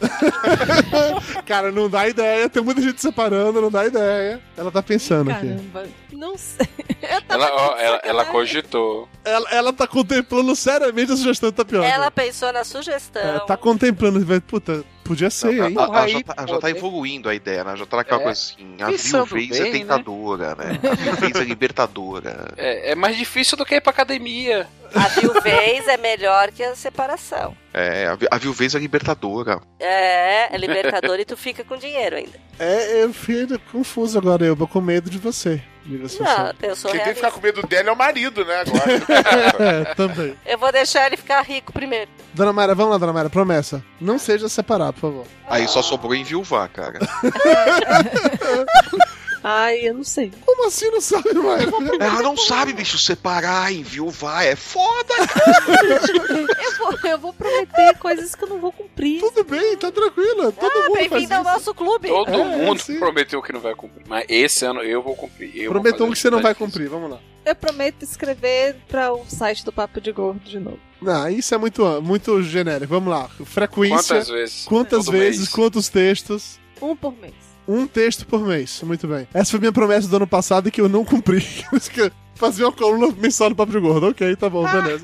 Cara, não dá ideia, tem muita gente separando, não dá ideia. Ela tá pensando aqui. Caramba, não sei. Eu tava Ela, ó, de ela, tá ela sacanagem. cogitou. Ela, ela tá contemplando seriamente a sugestão do Deus. tapioca. Ela pensou na sugestão. É, tá contemplando, vai- puta, podia ser, hein? A, a- a já, tá, a já tá evoluindo a ideia, né? Já tá naquela É. coisa assim, a mil Pensando vezes bem, é tentadora, né? A mil vezes é libertadora. É, é mais difícil do que ir pra academia. A mil vezes é melhor que a separação. É, a, vi- a mil vezes é libertadora. É, é libertador e tu fica com dinheiro ainda. É, eu fiquei confuso agora, eu vou com medo de você. diga-se Não, assim. eu sou Quem tem que realista. ficar com medo dela é o marido, né? Agora. é, também. Eu vou deixar ele ficar rico primeiro. Dona Mayra, vamos lá, Dona Mayra, promessa. Não seja separar, por favor. Aí só sobrou enviuvar, cara. Ai, eu não sei. Como assim não sabe, né? Mayra? Ela não sabe, bicho, separar, enviuvar, é foda, Eu vou, eu vou prometer coisas que eu não vou cumprir. Ah, Tudo bem, tá tranquila. Todo mundo Bem-vindo ao nosso clube. Todo É. mundo prometeu que não vai cumprir. Mas esse ano eu vou cumprir. Eu vou Prometo fazer um que você não vai verdade. cumprir, vamos lá. Eu prometo escrever pra o site do Papo de Gordo de novo. Não, isso é muito, muito genérico. Vamos lá. Frequência. Quantas vezes? Quantas Todo vezes, mês. quantos textos. Um por mês. Um texto por mês. Muito bem. Essa foi minha promessa do ano passado e que eu não cumpri. Fazer uma coluna mensal no Papo de Gordo. Ok, tá bom, beleza.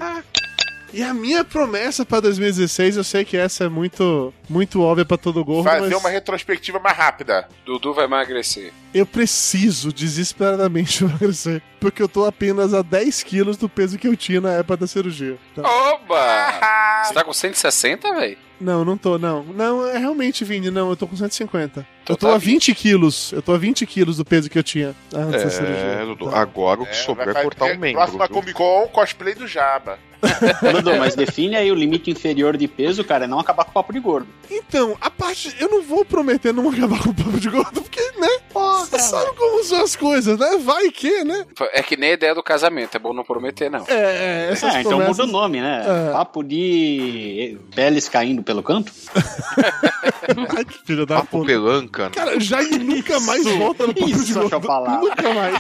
E a minha promessa pra 2016, eu sei que essa é muito, muito óbvia pra todo gordo, Fazer mas uma retrospectiva mais rápida. Dudu vai emagrecer. eu preciso desesperadamente emagrecer, porque eu tô apenas a 10 quilos do peso que eu tinha na época da cirurgia. Tá? Oba! Você tá com 160, velho? Não, não tô, não. Não, é realmente, Vini, não, eu tô com 150. eu tô tá a 20 quilos. Eu tô a 20 quilos do peso que eu tinha antes da É, cirurgia. Dudu, Tá. agora o que sobrou é cortar um membro. Próxima viu? Comic Con, cosplay do Jaba. Ô, Dudu, mas define aí o limite inferior de peso, cara, é não acabar com o papo de gordo. Então, a parte. Eu não vou prometer não acabar com o papo de gordo, porque, né? Você sabe como são as coisas, né? Vai que, né? É que nem a ideia do casamento, é bom não prometer, não. É, essas ah, então promessas- muda o nome, né? É. Papo de peles caindo pelo canto? Ai, que filho da Papo pelanca. né? Cara, já e nunca mais volta no papo de gordo. Nunca mais.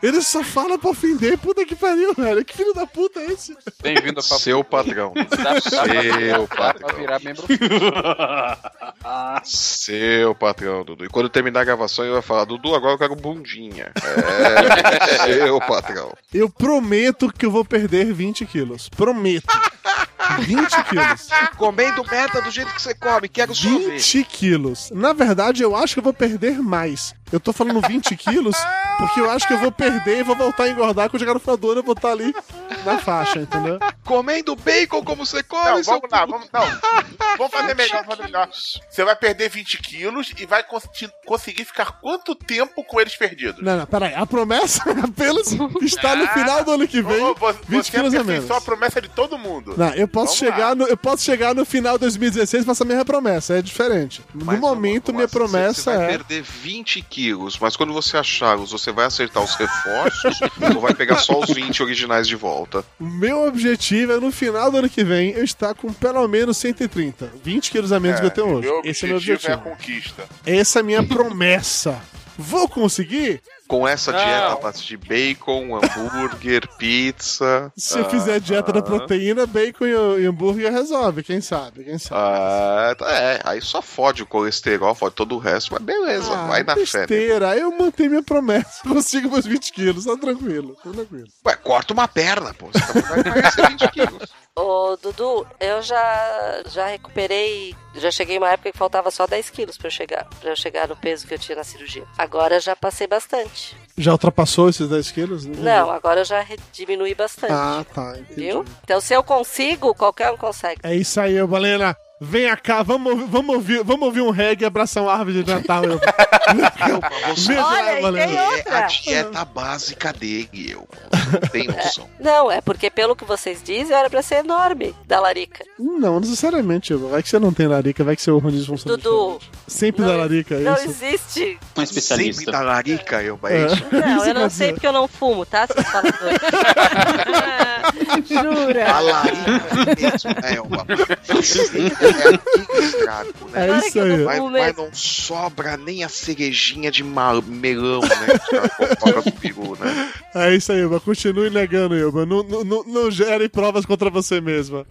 Ele só fala pra ofender, puta que pariu, velho. Que filho da puta é esse? Bem-vindo ao papo. Seu padrão. Dá- dá pra- Seu dá pra padrão. virar membro Seu patrão, Dudu. E quando terminar a gravação, ele vai falar: Dudu, agora eu quero bundinha. É, seu patrão. Eu prometo que eu vou perder 20 quilos. Prometo. 20 quilos. Comendo merda do jeito que você come, quero só ver. 20 quilos. Na verdade, eu acho que eu vou perder mais. Eu tô falando 20 quilos Porque eu acho que eu vou perder e vou voltar a engordar quando chegar no final do ano eu vou estar ali na faixa, entendeu? Comendo bacon como você come, Não, vamos lá, vamos, não. vamos fazer melhor, vamos fazer melhor. Você vai perder 20 quilos e vai consi- conseguir ficar quanto tempo com eles perdidos? Não, não, peraí. A promessa é apenas estar no Ah, final do ano que vem, Ô, vo- 20 você é quilos a aperfeiçoou menos. a promessa de todo mundo. Não, eu posso, Vamos lá. chegar no, eu posso chegar no final de 2016 e faço a mesma promessa. É diferente. no momento, minha promessa Você vai é. perder 20 quilos, mas quando você achar os, você vai acertar os reforços ou vai pegar só os 20 originais de volta? O meu objetivo é no final do ano que vem eu estar com pelo menos 130. 20 quilos a menos do que eu tenho hoje. Meu Esse é o meu objetivo é a objetivo. conquista. Essa é a minha promessa. Vou conseguir? Com essa Não. dieta à base de bacon, hambúrguer, pizza. Se eu fizer a dieta Ah. da proteína, bacon e e hambúrguer resolve, quem sabe, quem sabe. Ah, tá, é, aí só fode o colesterol, fode todo o resto, mas beleza, Ah, vai na fé. né? besteira, eu mantenho minha promessa, consigo meus 20 quilos, tá tranquilo, tá tranquilo. Ué, corta uma perna, pô. Você tá Ô, Dudu, eu já, já recuperei. Já cheguei em uma época que faltava só 10 quilos pra eu chegar. Pra eu chegar no peso que eu tinha na cirurgia. Agora eu já passei bastante. Já ultrapassou esses 10 quilos? Não, agora eu já re- diminui bastante. Uhum. Ah, tá, entendi. Viu? Então se eu consigo, qualquer um consegue. É isso aí, ô, Balena. Vem cá, vamos, ouvir- vamos, ouvir, vamos ouvir um reggae e abraçar uma árvore de Natal. Eu... Vem cá, Balena. É a dieta básica dele, eu. Não tem noção. Não, é porque pelo que vocês dizem, era pra ser enorme da larica. Não, necessariamente. Ivo. Vai que você não tem larica, vai que seu organismo funciona. Dudu, Sempre da larica, é não isso. existe. Um especialista. Sempre da larica, eu, É. mas... Não, eu não Brasil. sei porque eu não fumo, tá? Vocês falam dois. Jura? A larica mesmo, é uma... É estrago, né? É Claro isso que eu não aí. Mas, fumo mas mesmo. não sobra nem a cerejinha de ma- melão, né? Que ela coloca no peru, né? É isso aí, Ilma. Continue negando, Ilma. Não, não, não, não gere provas contra você mesma.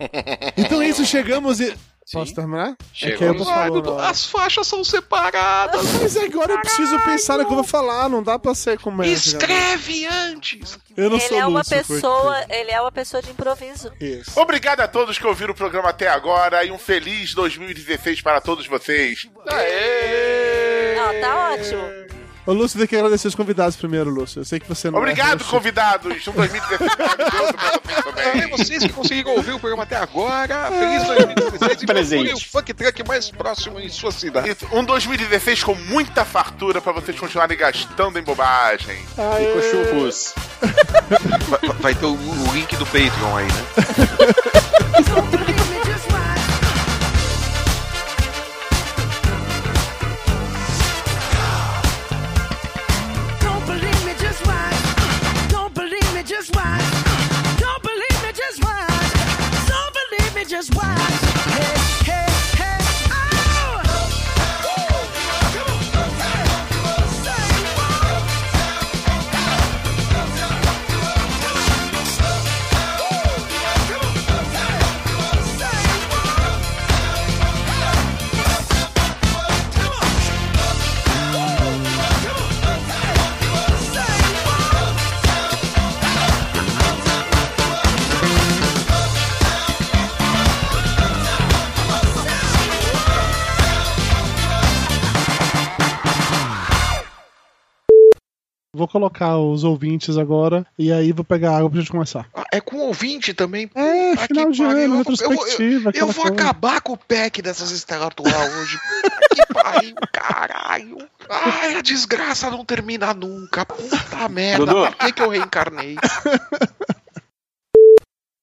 Então é isso, chegamos e. Posso terminar? É que aí eu tô Ah, falando. Dudu, as faixas são separadas. Mas é agora eu preciso pensar no que eu vou falar, não dá pra ser como é. Escreve antes! Eu não ele sou então. é uma lúcido, pessoa, ele é uma pessoa de improviso. Obrigado a todos que ouviram o programa até agora e um feliz 2016 para todos vocês. Ó, tá ótimo. Ô, Lúcio, tem que agradecer os convidados primeiro, Lúcio. Eu sei que você não. Obrigado, é convidados. Um 2016 maravilhoso pra vocês também. Vocês que conseguiram ouvir o programa até É. agora, feliz 2016 e Presente. procure o funk truck mais próximo em sua cidade. Isso, Um 2016 com muita fartura pra vocês continuarem gastando em bobagem. Ficou churros. Vai, vai ter o, o link do Patreon aí, né? Don't believe me, just watch. Don't believe me, just watch. Don't believe me, just watch. Don't believe me, just watch. Hey, hey, hey, oh! Woo! Come on, say it. Say it, whoa! Woo! Come on, say it. Say it, Vou colocar os ouvintes agora e aí vou pegar água pra gente começar. Ah, É com ouvinte também? É, Puta final que de pariu, ano, eu vou- eu vou- retrospectiva, Eu aquela vou coisa. acabar com o pack dessas estatuas hoje. Puta que pariu, caralho. Ai, a desgraça não termina nunca. Puta merda, Dudu. por que, que eu reencarnei?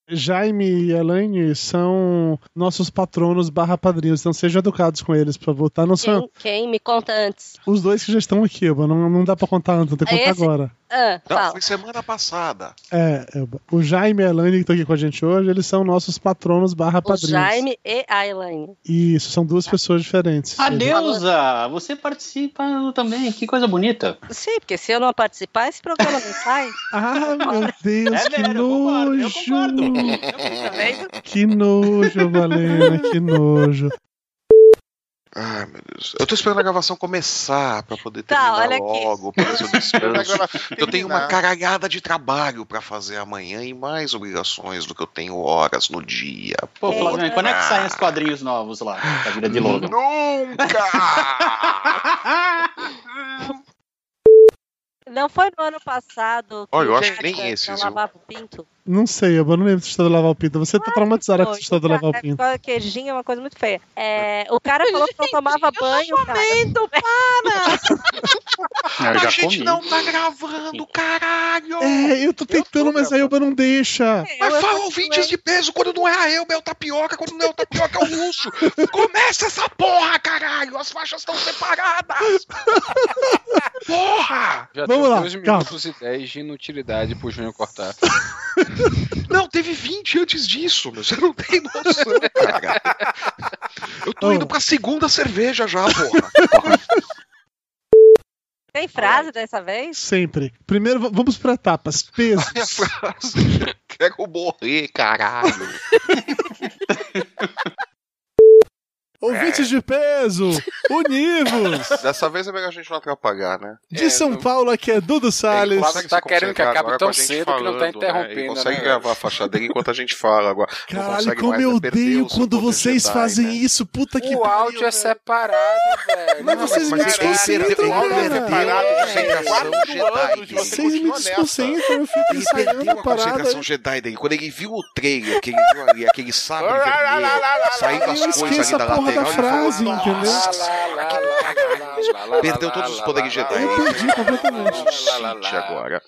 Jaime e Elaine são nossos patronos barra padrinhos, então sejam educados com eles, por favor, tá? Não são Quem, quem me conta antes? os dois que já estão aqui, Elba. Não, não dá pra contar antes, tem que contar Esse- agora. Ah, Não, fala. foi semana passada. É, Elba. O Jaime e a Elaine que estão aqui com a gente hoje, eles são nossos patronos barra O padrinhos. Jaime Tá. e a Elaine. Isso, são duas pessoas diferentes. Ah, Deus! Deusa, você participa também, que coisa bonita. Sim, porque se eu não participar, esse programa não sai. ah, meu Deus, É que verdade, nojo! vendo? que nojo, Valena, que nojo. Ai, meu Deus. Eu tô esperando a gravação começar pra poder Tá, terminar olha aqui. logo, pra fazer o Esperando a descanso. gravação Eu tenho uma terminar. caralhada de trabalho pra fazer amanhã e mais obrigações do que eu tenho horas no dia. Pô, Flavinho, quando é que Ah, saem os quadrinhos novos lá da vida de Logan? Nunca! Não foi no ano passado. Olha, eu acho que nem Jéssica esses, não eu- lavava o pinto. Não sei, eu não lembro do estado lavar o pinto. Você tá traumatizada com o estado lavar o pinto. Ficou Queijinho é uma coisa muito feia. É, o cara falou que não tomava banho. Comendo, já a gente comi. não tá gravando, caralho! É, eu tô tentando, mas a Elba não deixa. É, Mas fala ouvintes de peso, quando não é a eu, é o tapioca, quando não é o tapioca, é o Lúcio. Começa essa porra, caralho! As faixas estão separadas! Porra! Já deu Vamos lá, 2 calma. minutos e 10 de inutilidade pro Júnior cortar. Não, teve 20 antes disso, meu. Você não tem noção, cara. Eu tô indo pra segunda cerveja já, porra. Tem frase dessa vez? Sempre. Primeiro, v- vamos pra etapas. Peso. Minha frase. Quero morrer, caralho. Ouvintes de peso, univos. Dessa vez é melhor a gente não atrapalhar, né? De São Paulo, aqui é Dudu Salles. Claro tá querendo que acabe tão cedo que não tá Né? E interrompendo, consegue né? gravar a faixa dele enquanto a gente fala agora. não Caralho, consegue como mais, eu né? Perdeu odeio o seu quando poder vocês Jedi, né? fazem isso. Puta que O áudio é separado, velho. Mas vocês me desconcentram, um cara. Vocês me desconcentram, eu fico ensaiando a Uma parada. concentração Jedi dele. Quando ele viu o trailer, que ele viu ali aquele sabre vermelho saindo Eu as coisas esqueço ali a da lateral, porra da ele falou, frase, entendeu? perdeu todos os poderes Jedi. né? Eu perdi completamente. Sente agora.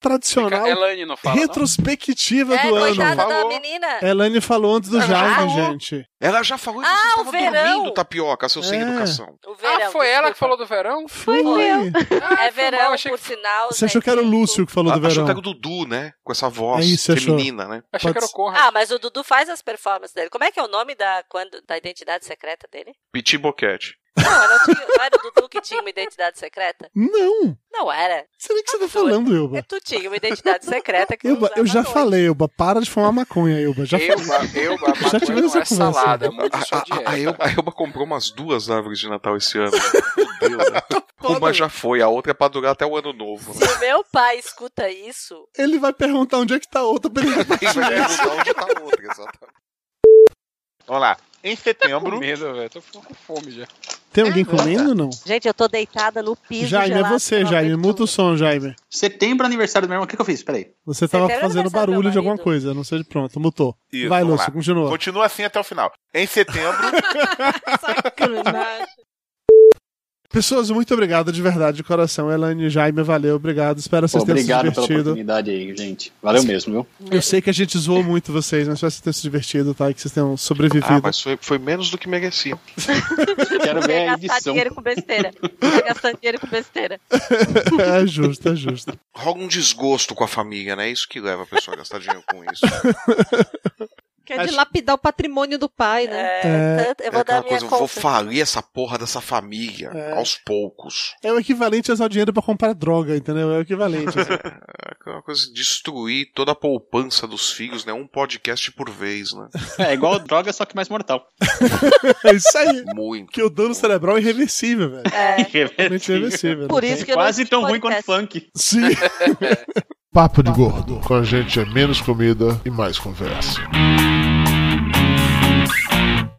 Tradicional. Fica- Elaine não fala, não? Retrospectiva É, do ano. coitada da menina. Elaine falou antes do Ela já Jaime, falou. gente. Ela já falou Ah, isso, o verão. Tá dormindo, tá? tapioca, seu sem É. educação. ah, foi ela que falou do verão? Ah, Foi eu. é verão, por sinal. Você achou que era o Lúcio que falou do Achou verão? que era o Dudu, né? Com essa voz É isso, achou. feminina, né? Achei que era o Ah, mas o Dudu faz as performances dele. Como é que é o nome da, quando, da identidade secreta dele? Piti Boquete. Não, era o, tio- não era o Dudu que tinha uma identidade secreta? Não. Não era. Será que você tá falando, Elba? Tu tinha uma identidade secreta que Elba, eu já falei, Elba. Para de fumar maconha, Elba. Já falei. eu, é Já tivemos essa conversa. A, a, a, Elba, a Elba comprou umas duas árvores de Natal esse ano. Meu Deus, né? Tá Uma já foi, a outra é pra durar até o ano novo. né? Se o meu pai escuta isso, Ele vai perguntar onde é que tá a outra pra ele Ele vai perguntar onde tá a outra, exatamente. Vamos lá. Em setembro. Tá Com medo, velho. Tô com fome já. Tem alguém comendo ou não? Gente, eu tô deitada no piso. Jaime, é gelado. você, Jaime. Muta o som, Jaime. Setembro aniversário do meu irmão. O que, que eu fiz? Peraí. Você tava Setembro fazendo barulho de alguma coisa, não sei de pronto, mutou. Isso, Vai, vamos Lúcio, lá. continua. Continua assim até o final. Em setembro. Pessoas, muito obrigado de verdade, de coração. Elaine e Jaime, valeu, obrigado. Espero que vocês tenham se Obrigado pela divertido. oportunidade aí, gente. Valeu mesmo, viu? Eu sei que a gente zoou muito vocês, mas espero que vocês tenham se divertido, tá? E que vocês tenham sobrevivido. Ah, mas foi, foi menos do que merecia. Quero Não ia gastar dinheiro com besteira. Não ia gastar dinheiro com besteira. é justo, é justo. Rola um desgosto com a família, né? É isso que leva a pessoa a gastar dinheiro com isso. Quer dilapidar é o patrimônio do pai, né? É, tanto- eu É vou aquela dar minha coisa, eu conta. vou falir essa porra dessa família É. aos poucos. É o equivalente a usar o dinheiro pra comprar droga, entendeu? É o equivalente. assim. É aquela coisa de destruir toda a poupança dos filhos, né? Um podcast por vez, né? É igual droga, só que mais mortal. É isso aí. Muito. Que o dano cerebral é irreversível, velho. É. Realmente irreversível. né? Por Não isso tem- que eu não Quase tão ruim quanto funk. assim, Sim. Papo de gordo. Com a gente é menos comida e mais conversa.